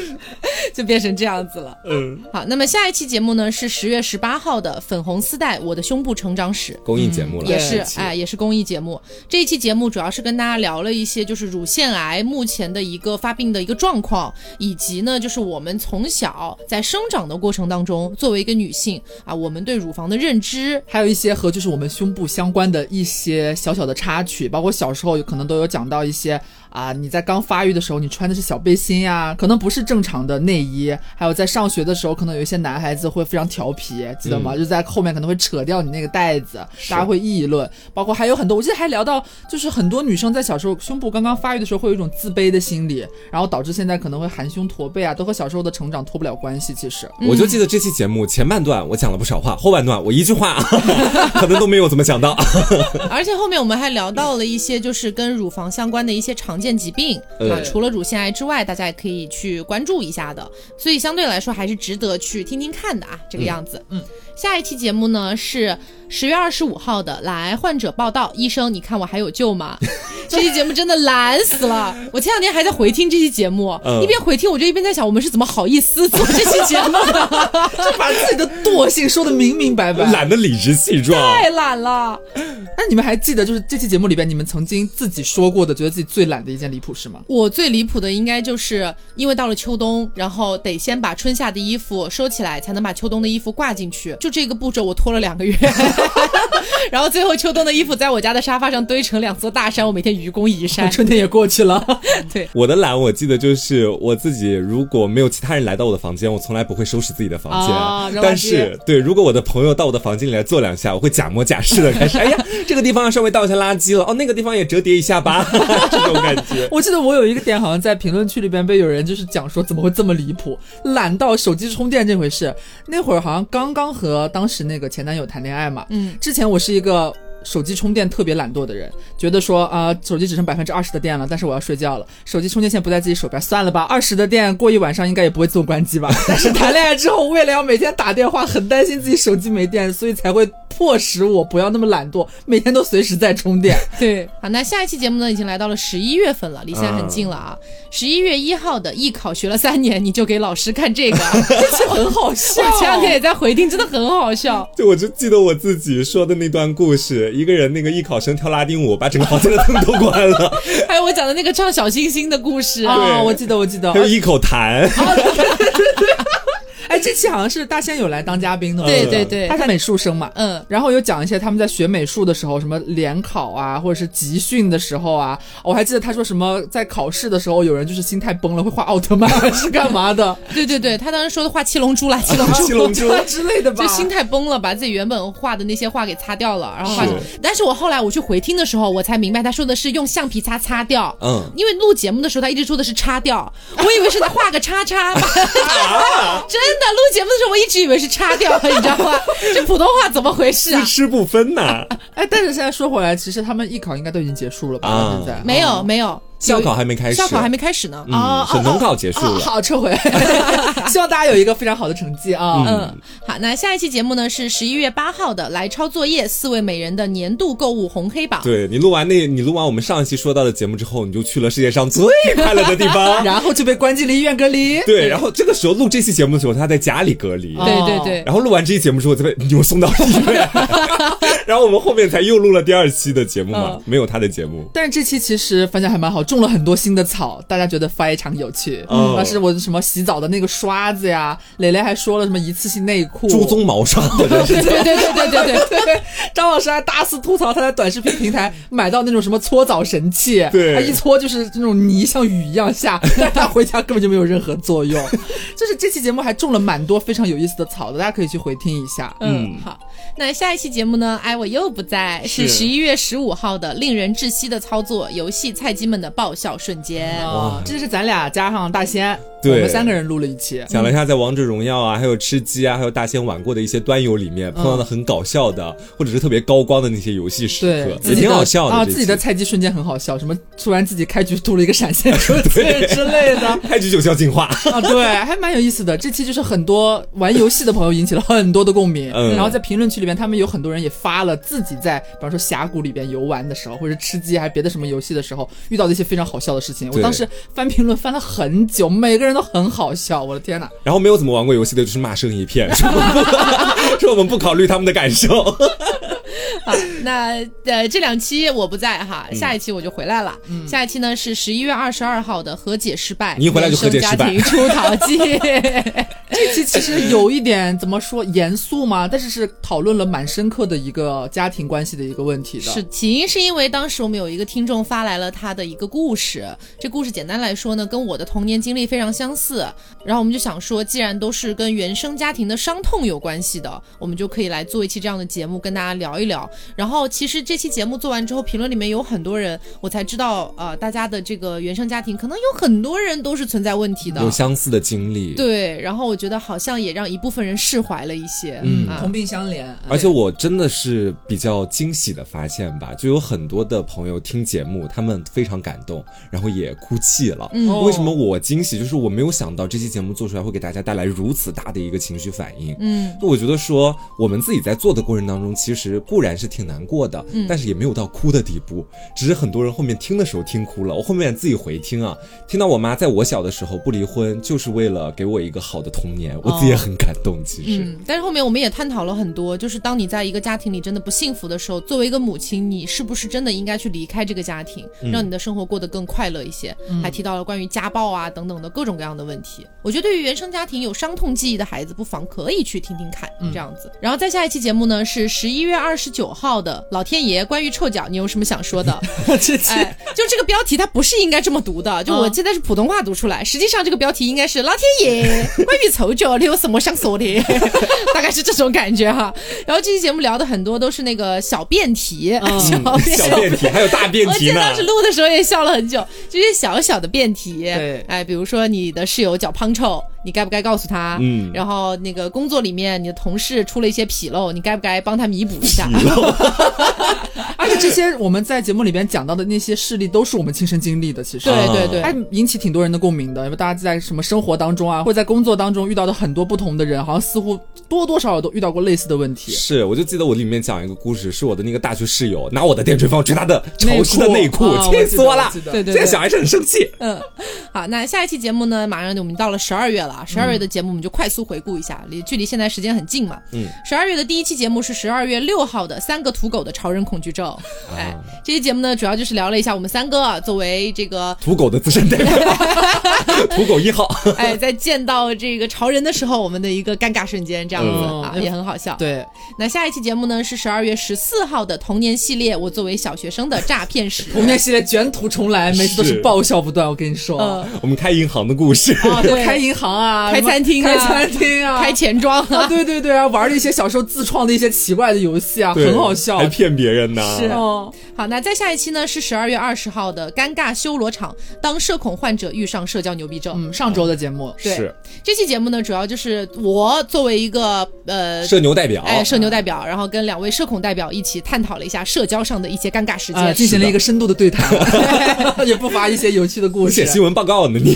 [SPEAKER 1] 就变成这样子了。
[SPEAKER 2] 嗯，
[SPEAKER 1] 好，那么下一期节目呢是十月十八号的《粉红丝带：我的胸部成长史》。
[SPEAKER 2] 公益节目了，
[SPEAKER 1] 也
[SPEAKER 2] 这
[SPEAKER 1] 是
[SPEAKER 2] 一，期
[SPEAKER 1] 哎，也是公益节目。这一期节目主要是跟大家聊了一些，就是乳腺癌目前的一个发病的一个状况，以及呢，就是我们从小在生长的过程当中，作为一个女性啊，我们对乳房的认知，
[SPEAKER 3] 还有一些和就是我们胸部相关的一些小小的插曲，包括小时候有可能都有讲到一些啊，你在刚发育的时候，你穿的是小背心呀，可能不是正常的内衣，还有在上学的时候，可能有一些男孩子会非常调皮，记得吗？就在后面可能会扯掉你那个带子，大家会议论，包括还有很多，我记得还聊到就是很多女生在小时候胸部刚刚发育的时候，会有一种自卑的心理，然后导致现在可能会含胸驼背啊，都和小时候的成长脱不了关系，其实。
[SPEAKER 1] 嗯
[SPEAKER 2] 我就记得这期节目前半段我讲了不少话，后半段我一句话 可能都没有怎么讲到。
[SPEAKER 1] 而且后面我们还聊到了一些就是跟乳房相关的一些常见疾病
[SPEAKER 2] 对
[SPEAKER 1] 啊，除了乳腺癌之外，大家也可以去关注一下的。所以相对来说还是值得去听听看的啊，这个样子。嗯，下一期节目呢是十月二十五号的，来患者报道，医生，你看我还有救吗？ 这期节目真的懒死了，我前两天还在回听这期节目，
[SPEAKER 2] 嗯
[SPEAKER 1] 一边回听我就一边在想，我们是怎么好意思做这期节目的？
[SPEAKER 3] 把自己的惰性说的明明白白，
[SPEAKER 2] 懒得理直气壮，
[SPEAKER 1] 太懒了。
[SPEAKER 3] 那你们还记得就是这期节目里边你们曾经自己说过的，觉得自己最懒的一件离谱事吗？。
[SPEAKER 1] 我最离谱的应该就是因为到了秋冬，然后得先把春夏的衣服收起来，才能把秋冬的衣服挂进去。就这个步骤，我拖了两个月，然后最后秋冬的衣服在我家的沙发上堆成两座大山，我每天愚公移山
[SPEAKER 3] 春天也过去了，
[SPEAKER 1] 对，
[SPEAKER 2] 我的懒，我记得就是我自己，如果没有其他人来到我的房间，我从来不会收拾自己的房间。
[SPEAKER 1] 啊扔垃圾
[SPEAKER 2] 但是，对，如果我的朋友到我的房间里来坐两下，我会假模假式的开始，哎呀，这个地方稍微倒一下垃圾了，哦，那个地方也折叠一下 吧，这种感觉。
[SPEAKER 3] 我记得我有一个点，好像在评论区里边被有人就是讲说怎么会这么离谱，懒到手机充电这回事。那会儿好像刚刚和当时那个前男友谈恋爱嘛，
[SPEAKER 1] 嗯，
[SPEAKER 3] 之前我是一个。手机充电特别懒惰的人，觉得说啊、手机只剩百分之二十的电了，但是我要睡觉了，手机充电线不在自己手边，算了吧，二十的电过一晚上应该也不会自动关 机吧。但是谈恋爱之后，为了要每天打电话，很担心自己手机没电，所以才会迫使我不要那么懒惰，每天都随时在 充电。
[SPEAKER 1] 对，好，那下一期节目呢，已经来到了十一月份了，离现在很近了啊！十一、月一号的艺考学了三年，你就给老师看这个，这期很好笑
[SPEAKER 3] 啊
[SPEAKER 1] 我前两天也在回听，真的很好笑。
[SPEAKER 2] 对，我就记得我自己说的那段故事，一个人那个艺考生跳拉丁舞，把整个房间的灯都关了，
[SPEAKER 1] 还有我讲的那个唱小星星的故事，
[SPEAKER 3] 啊，我记得，我记得，
[SPEAKER 2] 还有一口痰。
[SPEAKER 3] 哎，这期好像是大仙有来当嘉宾的，
[SPEAKER 1] 对
[SPEAKER 2] 嗯
[SPEAKER 1] 对对
[SPEAKER 3] 他，是美术生嘛，
[SPEAKER 1] 嗯，
[SPEAKER 3] 然后有讲一些他们在学美术的时候，什么联考啊，或者是集训的时候啊，我还记得他说什么在考试的时候，有人就是心态崩了，会画奥特曼啊是干嘛 的，
[SPEAKER 1] 对对对，他当时说的画七龙珠啦，七龙 珠。
[SPEAKER 2] 七龙珠
[SPEAKER 3] 之类的吧，
[SPEAKER 1] 就心态崩了，把自己原本画的那些画给擦掉了，然后画
[SPEAKER 2] 是
[SPEAKER 1] 成。但是我后来我去回听的时候，我才明白他说的是用橡皮擦擦掉。
[SPEAKER 2] 嗯
[SPEAKER 1] 因为录节目的时候他一直说的是擦掉，我以为是他画个叉 叉。把真的，录节目的时候我一直以为是擦掉，你知道 吗？这普通话怎么回事
[SPEAKER 2] 自
[SPEAKER 1] 啊？
[SPEAKER 2] 吃不分呐、
[SPEAKER 3] 哎，但是现在说回来，其实他们艺考应该都已经结束了吧？
[SPEAKER 2] 啊
[SPEAKER 3] 到现在
[SPEAKER 1] 没有没有，
[SPEAKER 2] 校考还没开始，
[SPEAKER 1] 校考还没哦开始呢。
[SPEAKER 2] 嗯，是农考结束
[SPEAKER 3] 啊，
[SPEAKER 2] 了。
[SPEAKER 3] 好撤回， 希望大家有一个非常好的成绩啊。
[SPEAKER 1] 嗯，好，那下一期节目呢是十一月八号的《来抄作业：四位美人的年度购物红黑榜》。
[SPEAKER 2] 对你录完那，你录完我们上一期说到的节目之后，你就去了世界上最 快乐的地方。
[SPEAKER 3] 然后就被关进了医院隔离。
[SPEAKER 2] 对，然后这个时候录这期节目的时候，他在家里隔离。
[SPEAKER 3] 哦
[SPEAKER 1] 对对对，
[SPEAKER 2] 然后录完这期节目之后，再被又送到医 院，然后我们后面才又录了第二期的节目嘛，没有他的节目，
[SPEAKER 3] 但是这期其实反响还蛮好，种了很多新的草，大家觉得非常有趣。
[SPEAKER 2] 哦
[SPEAKER 3] 但是我什么洗澡的那个刷子呀，蕾蕾还说了什么一次性内裤。
[SPEAKER 2] 猪鬃毛刷，我真 是
[SPEAKER 1] 对对对对对对。
[SPEAKER 3] 对， 张老师还大肆吐槽他在短视频平台买到那种什么搓澡神器，
[SPEAKER 2] 对
[SPEAKER 3] 他一搓就是那种泥像雨一样下，但是他回家根本就没有任何作用。 就是这期节目还种了蛮多非常有意思的草的，大家可以去回听一下。
[SPEAKER 1] 嗯，好，那下一期节目呢？哎，我又不在，是
[SPEAKER 2] 是
[SPEAKER 1] 十一月十五号的令人窒息的操作游戏菜鸡们的爆笑瞬间。
[SPEAKER 2] 嗯
[SPEAKER 3] 哦，这是咱俩加上大仙，
[SPEAKER 2] 对
[SPEAKER 3] 我们三个人录了一期。
[SPEAKER 2] 讲了一下在王者荣耀啊，还有吃鸡啊，还有大仙玩过的一些端游里面碰到的很搞笑的，或者是特别高光的那些游戏时
[SPEAKER 3] 对
[SPEAKER 2] 刻，，也挺好笑的。
[SPEAKER 3] 啊！
[SPEAKER 2] 这
[SPEAKER 3] 自己的
[SPEAKER 2] 期
[SPEAKER 3] 菜鸡瞬间很好笑，什么突然自己开局吐了一个 闪现出去
[SPEAKER 2] 对
[SPEAKER 3] 之类的
[SPEAKER 2] 开局九霄进化，
[SPEAKER 3] 啊，对，还蛮有意思的。这期就是很多玩游戏的朋友引起了很多的共鸣，
[SPEAKER 2] 嗯
[SPEAKER 3] 然后在评论区里边，他们有很多人也发了自己在，比方说峡谷里边游玩的时候，或者吃鸡还别的什么游戏的时候遇到的一些非常好笑的事情。我
[SPEAKER 2] 对
[SPEAKER 3] 当时翻评论翻了很久，每个人都很好笑，我的天呐！
[SPEAKER 2] 然后没有怎么玩过游戏的，就是骂声一片， 说我们不说我们不考虑他们的感受。
[SPEAKER 1] 好，那呃这两期我不在哈，
[SPEAKER 2] 嗯
[SPEAKER 1] 下一期我就回来了。下一期呢是十一月二十二号的和解失败，
[SPEAKER 2] 你一回来就和解失败
[SPEAKER 1] 原生家庭出逃记。
[SPEAKER 3] 这期其实有一点怎么说严肃嘛，但是是讨论了蛮深刻的一个家庭关系的一个问题的。
[SPEAKER 1] 是起因是因为当时我们有一个听众发来了他的一个故事，这故事简单来说呢，跟我的童年经历非常相似。然后我们就想说，既然都是跟原生家庭的伤痛有关系的，我们就可以来做一期这样的节目，跟大家聊一聊。然后其实这期节目做完之后，评论里面有很多人，我才知道，呃，大家的这个原生家庭可能有很多人都是存在问题的
[SPEAKER 2] 有。相似的经历，
[SPEAKER 1] 对，然后我觉得好像也让一部分人释怀了一些。
[SPEAKER 2] 嗯
[SPEAKER 1] 啊
[SPEAKER 3] 同病相怜，哎
[SPEAKER 2] 而且我真的是比较惊喜的发现吧，就有很多的朋友听节目，他们非常感动，然后也哭泣了。
[SPEAKER 1] 嗯
[SPEAKER 2] 为什么我惊喜？就是我没有想到这期节目做出来会给大家带来如此大的一个情绪反应。
[SPEAKER 1] 嗯，
[SPEAKER 2] 就我觉得说，我们自己在做的过程当中，其实固然然是挺难过的，
[SPEAKER 1] 嗯
[SPEAKER 2] 但是也没有到哭的地步，只是很多人后面听的时候听哭了。我后面自己回听啊，听到我妈在我小的时候不离婚，就是为了给我一个好的童年，我自己也很感动。其实，
[SPEAKER 1] 哦嗯， 但是后面我们也探讨了很多，就是当你在一个家庭里真的不幸福的时候，作为一个母亲，你是不是真的应该去离开这个家庭，让你的生活过得更快乐一些？还提到了关于家暴啊等等的各种各样的问题。我觉得对于原生家庭有伤痛记忆的孩子，不妨可以去听听看，这样子。然后再下一期节目呢是十一月二十九号的老天爷关于臭脚，你有什么想说的？
[SPEAKER 3] 这期
[SPEAKER 1] 哎，就这个标题它不是应该这么读的，就我
[SPEAKER 3] 嗯
[SPEAKER 1] 现在是普通话读出来，实际上这个标题应该是“老天 爷，关于丑角你有什么想说的？” 大概是这种感觉哈。然后这期节目聊的很多都是那个小辩题，
[SPEAKER 3] 嗯
[SPEAKER 1] 小辩
[SPEAKER 2] 小辩题还有大辩
[SPEAKER 1] 我记
[SPEAKER 2] 题
[SPEAKER 1] 得
[SPEAKER 2] 呢，
[SPEAKER 1] 当时录的时候也笑了很久，这些小小的辩题，
[SPEAKER 3] 对
[SPEAKER 1] 哎，比如说你的室友脚胖臭，你该不该告诉他？
[SPEAKER 2] 嗯
[SPEAKER 1] 然后那个工作里面你的同事出了一些纰漏，你该不该帮他弥补一下？
[SPEAKER 3] 而且这些我们在节目里边讲到的那些事例，都是我们亲身经历的。其实，
[SPEAKER 1] 对
[SPEAKER 2] 啊
[SPEAKER 1] 对对，
[SPEAKER 3] 还引起挺多人的共鸣的，因为大家在什么生活当中啊，或者在工作当中遇到的很多不同的人，好像似乎多多少少都遇到过类似的问题。
[SPEAKER 2] 是，我就记得我里面讲一个故事，是我的那个大学室友拿我的电吹风吹他的潮湿的内裤，
[SPEAKER 3] 内裤啊
[SPEAKER 2] 气死我
[SPEAKER 3] 我
[SPEAKER 2] 了！
[SPEAKER 3] 记得我记得
[SPEAKER 1] 对对
[SPEAKER 2] 这
[SPEAKER 1] 对
[SPEAKER 2] 个小孩是很生气。
[SPEAKER 1] 嗯，好，那下一期节目呢，马上就我们到了十二月了，啊十二
[SPEAKER 3] 嗯
[SPEAKER 1] 月的节目我们就快速回顾一下，离距离现在时间很近嘛。
[SPEAKER 2] 嗯，
[SPEAKER 1] 十二月的第一期节目是十二月六号的《三个土狗的潮人恐惧症》。
[SPEAKER 3] 啊
[SPEAKER 1] 哎，这期节目呢，主要就是聊了一下我们三个啊作为这 个
[SPEAKER 2] 土狗的资深代表，土狗一号，
[SPEAKER 1] 哎在见到这个潮人的时候，我们的一个尴尬瞬间，这样子、
[SPEAKER 3] 嗯
[SPEAKER 1] 啊，也很好笑。
[SPEAKER 3] 对，
[SPEAKER 1] 那下一期节目呢是十二月十四号的童年系列，我作为小学生的诈骗史。
[SPEAKER 3] 我们那系列卷土重来，每次都是
[SPEAKER 2] 是
[SPEAKER 3] 爆笑不断。我跟你说，
[SPEAKER 1] 嗯
[SPEAKER 2] 我们开银行的故事。
[SPEAKER 1] 哦，对，
[SPEAKER 3] 开银行啊，
[SPEAKER 1] 开餐厅啊
[SPEAKER 3] 开餐厅啊，
[SPEAKER 1] 开钱庄
[SPEAKER 3] 啊，
[SPEAKER 1] 啊，
[SPEAKER 3] 对对对啊，玩了一些小时候自创的一些奇怪的游戏啊，
[SPEAKER 2] 对
[SPEAKER 3] 很好笑。
[SPEAKER 2] 还骗别人呢。
[SPEAKER 1] 是
[SPEAKER 3] 哦，
[SPEAKER 1] 好，那再下一期呢是十二月二十号的尴尬修罗场，当社恐患者遇上社交牛逼症。
[SPEAKER 3] 嗯，上周的节目，
[SPEAKER 1] 对
[SPEAKER 2] 是
[SPEAKER 1] 这期节目呢，主要就是我作为一个呃。
[SPEAKER 2] 社牛代表，
[SPEAKER 3] 啊
[SPEAKER 1] 哎，社牛代表，然后跟两位社恐代表一起探讨了一下社交上的一些尴尬时间。
[SPEAKER 3] 呃，进行了一个深度的对 谈， 也不乏一些有趣的故
[SPEAKER 2] 你写
[SPEAKER 3] 事。
[SPEAKER 2] 新闻报告呢你。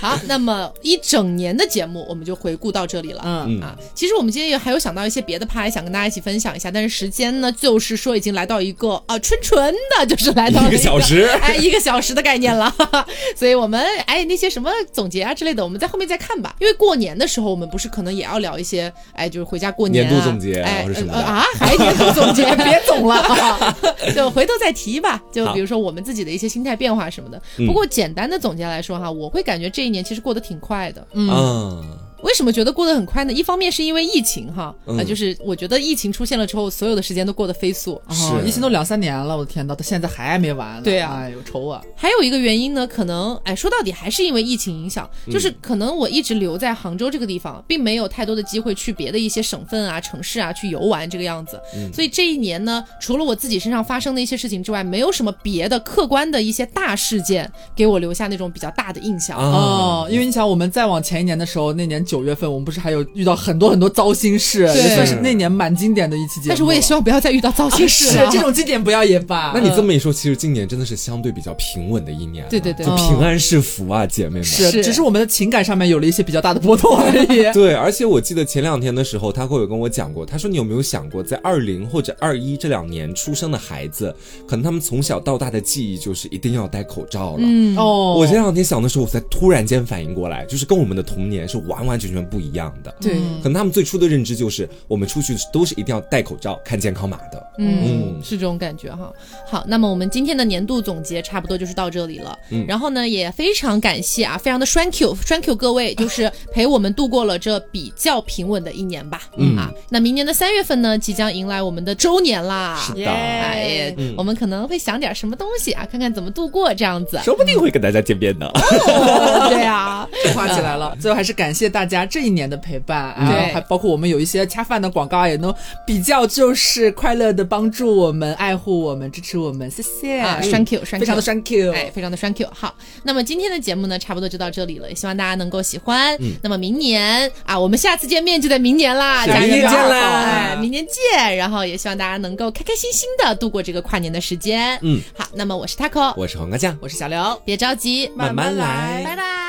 [SPEAKER 1] 好，那么一整年的节目我们就回顾到这里了。
[SPEAKER 3] 嗯，
[SPEAKER 1] 啊，其实我们今天也还有想到一些别的趴，想跟大家一起分享一下，但是时间呢，就是说已经来到一个啊，纯纯的，就是来到了
[SPEAKER 2] 一个小时
[SPEAKER 1] 哎， 一个小时的概念了。 所以我们哎那些什么总结啊之类的，我们在后面再看吧。因为过年的时候，我们不是可能也要聊一些哎，就是回家过年、啊、
[SPEAKER 2] 年度总结啊
[SPEAKER 1] 哎
[SPEAKER 2] 或者什么的
[SPEAKER 1] 呃啊，还年度总 结，别总了，就回头再提吧。就比如说我们自己的一些心态变化什么的。不过简单的总结来说哈，我会感觉这一年其实过得挺快的。
[SPEAKER 2] 嗯，
[SPEAKER 1] 为什么觉得过得很快呢？一方面是因为疫情哈，啊、
[SPEAKER 2] 嗯
[SPEAKER 1] 就是我觉得疫情出现了之后，所有的时间都过得飞速。
[SPEAKER 3] 哦
[SPEAKER 2] 是啊
[SPEAKER 3] 疫情都两三年了，我的天呐，到现在还没完呢。
[SPEAKER 1] 对啊
[SPEAKER 3] 哎呦，愁啊！
[SPEAKER 1] 还有一个原因呢，可能哎，说到底还是因为疫情影响，就是可能我一直留在杭州这个地方，并没有太多的机会去别的一些省份啊、城市啊去游玩这个样子。所以这一年呢，除了我自己身上发生的一些事情之外，没有什么别的客观的一些大事件给我留下那种比较大的印象。
[SPEAKER 2] 啊
[SPEAKER 3] 哦，因为你想，我们再往前一年的时候，那年九月份，我们不是还有遇到很多很多糟心事，
[SPEAKER 1] 对
[SPEAKER 3] 也算是那年蛮经典的一期节目了。啊
[SPEAKER 1] 但是我也希望啊不要再遇到糟心事
[SPEAKER 3] 是
[SPEAKER 1] 了。
[SPEAKER 3] 这种经典不要也罢。
[SPEAKER 2] 那你这么一说，其实今年真的是相对比较平稳的一年了，
[SPEAKER 1] 对对对
[SPEAKER 2] 就平安是福啊，姐妹们。
[SPEAKER 3] 是，
[SPEAKER 1] 是
[SPEAKER 3] 只是我们的情感上面有了一些比较大的波动而 已。
[SPEAKER 2] 对，而且我记得前两天的时候，他会有跟我讲过，他说你有没有想过，在二零或者二一这两年出生的孩子，可能他们从小到大的记忆就是一定要戴口罩了。嗯，
[SPEAKER 3] 哦
[SPEAKER 2] 我前两天想的时候，我才突然间反应过来，就是跟我们的童年是完完全全不一样的。
[SPEAKER 1] 对，
[SPEAKER 2] 可能他们最初的认知就是，我们出去都是一定要戴口罩、看健康码的。
[SPEAKER 1] 嗯，
[SPEAKER 2] 嗯
[SPEAKER 1] 是这种感觉哈。好，那么我们今天的年度总结差不多就是到这里了。嗯，然后呢，也非常感谢啊，非常的 thank you thank you 各位，就是陪我们度过了这比较平稳的一年吧。嗯啊，那明年的三月份呢，即将迎来我们的周年啦。
[SPEAKER 2] 是的，。
[SPEAKER 1] 哎，我们可能会想点什么东西啊，看看怎么度过这样子
[SPEAKER 2] 说不定会跟大家见面的。
[SPEAKER 1] 对啊，
[SPEAKER 3] 画起来了。最后还是感谢大家这一年的陪伴，然后
[SPEAKER 1] 对
[SPEAKER 3] 还包括我们有一些恰饭的广告啊也能比较就是快乐的帮助我们、爱护我们、支持我们，谢谢，
[SPEAKER 1] 啊，thank you thank
[SPEAKER 3] 非常
[SPEAKER 1] you
[SPEAKER 3] 的。thank you。
[SPEAKER 1] 哎，非常的 thank you。好，那么今天的节目呢，差不多就到这里了，也希望大家能够喜欢。那么明年啊，我们下次见面就在明年啦，
[SPEAKER 2] 是
[SPEAKER 1] 家人们
[SPEAKER 2] 明年见啦
[SPEAKER 1] 哎，明年见。然后也希望大家能够开开心心的度过这个跨年的时间。
[SPEAKER 2] 嗯，
[SPEAKER 1] 好，那么我是 taco，
[SPEAKER 2] 我是黄瓜酱，
[SPEAKER 3] 我是小刘，
[SPEAKER 1] 别着急，
[SPEAKER 2] 慢慢来
[SPEAKER 1] 拜拜。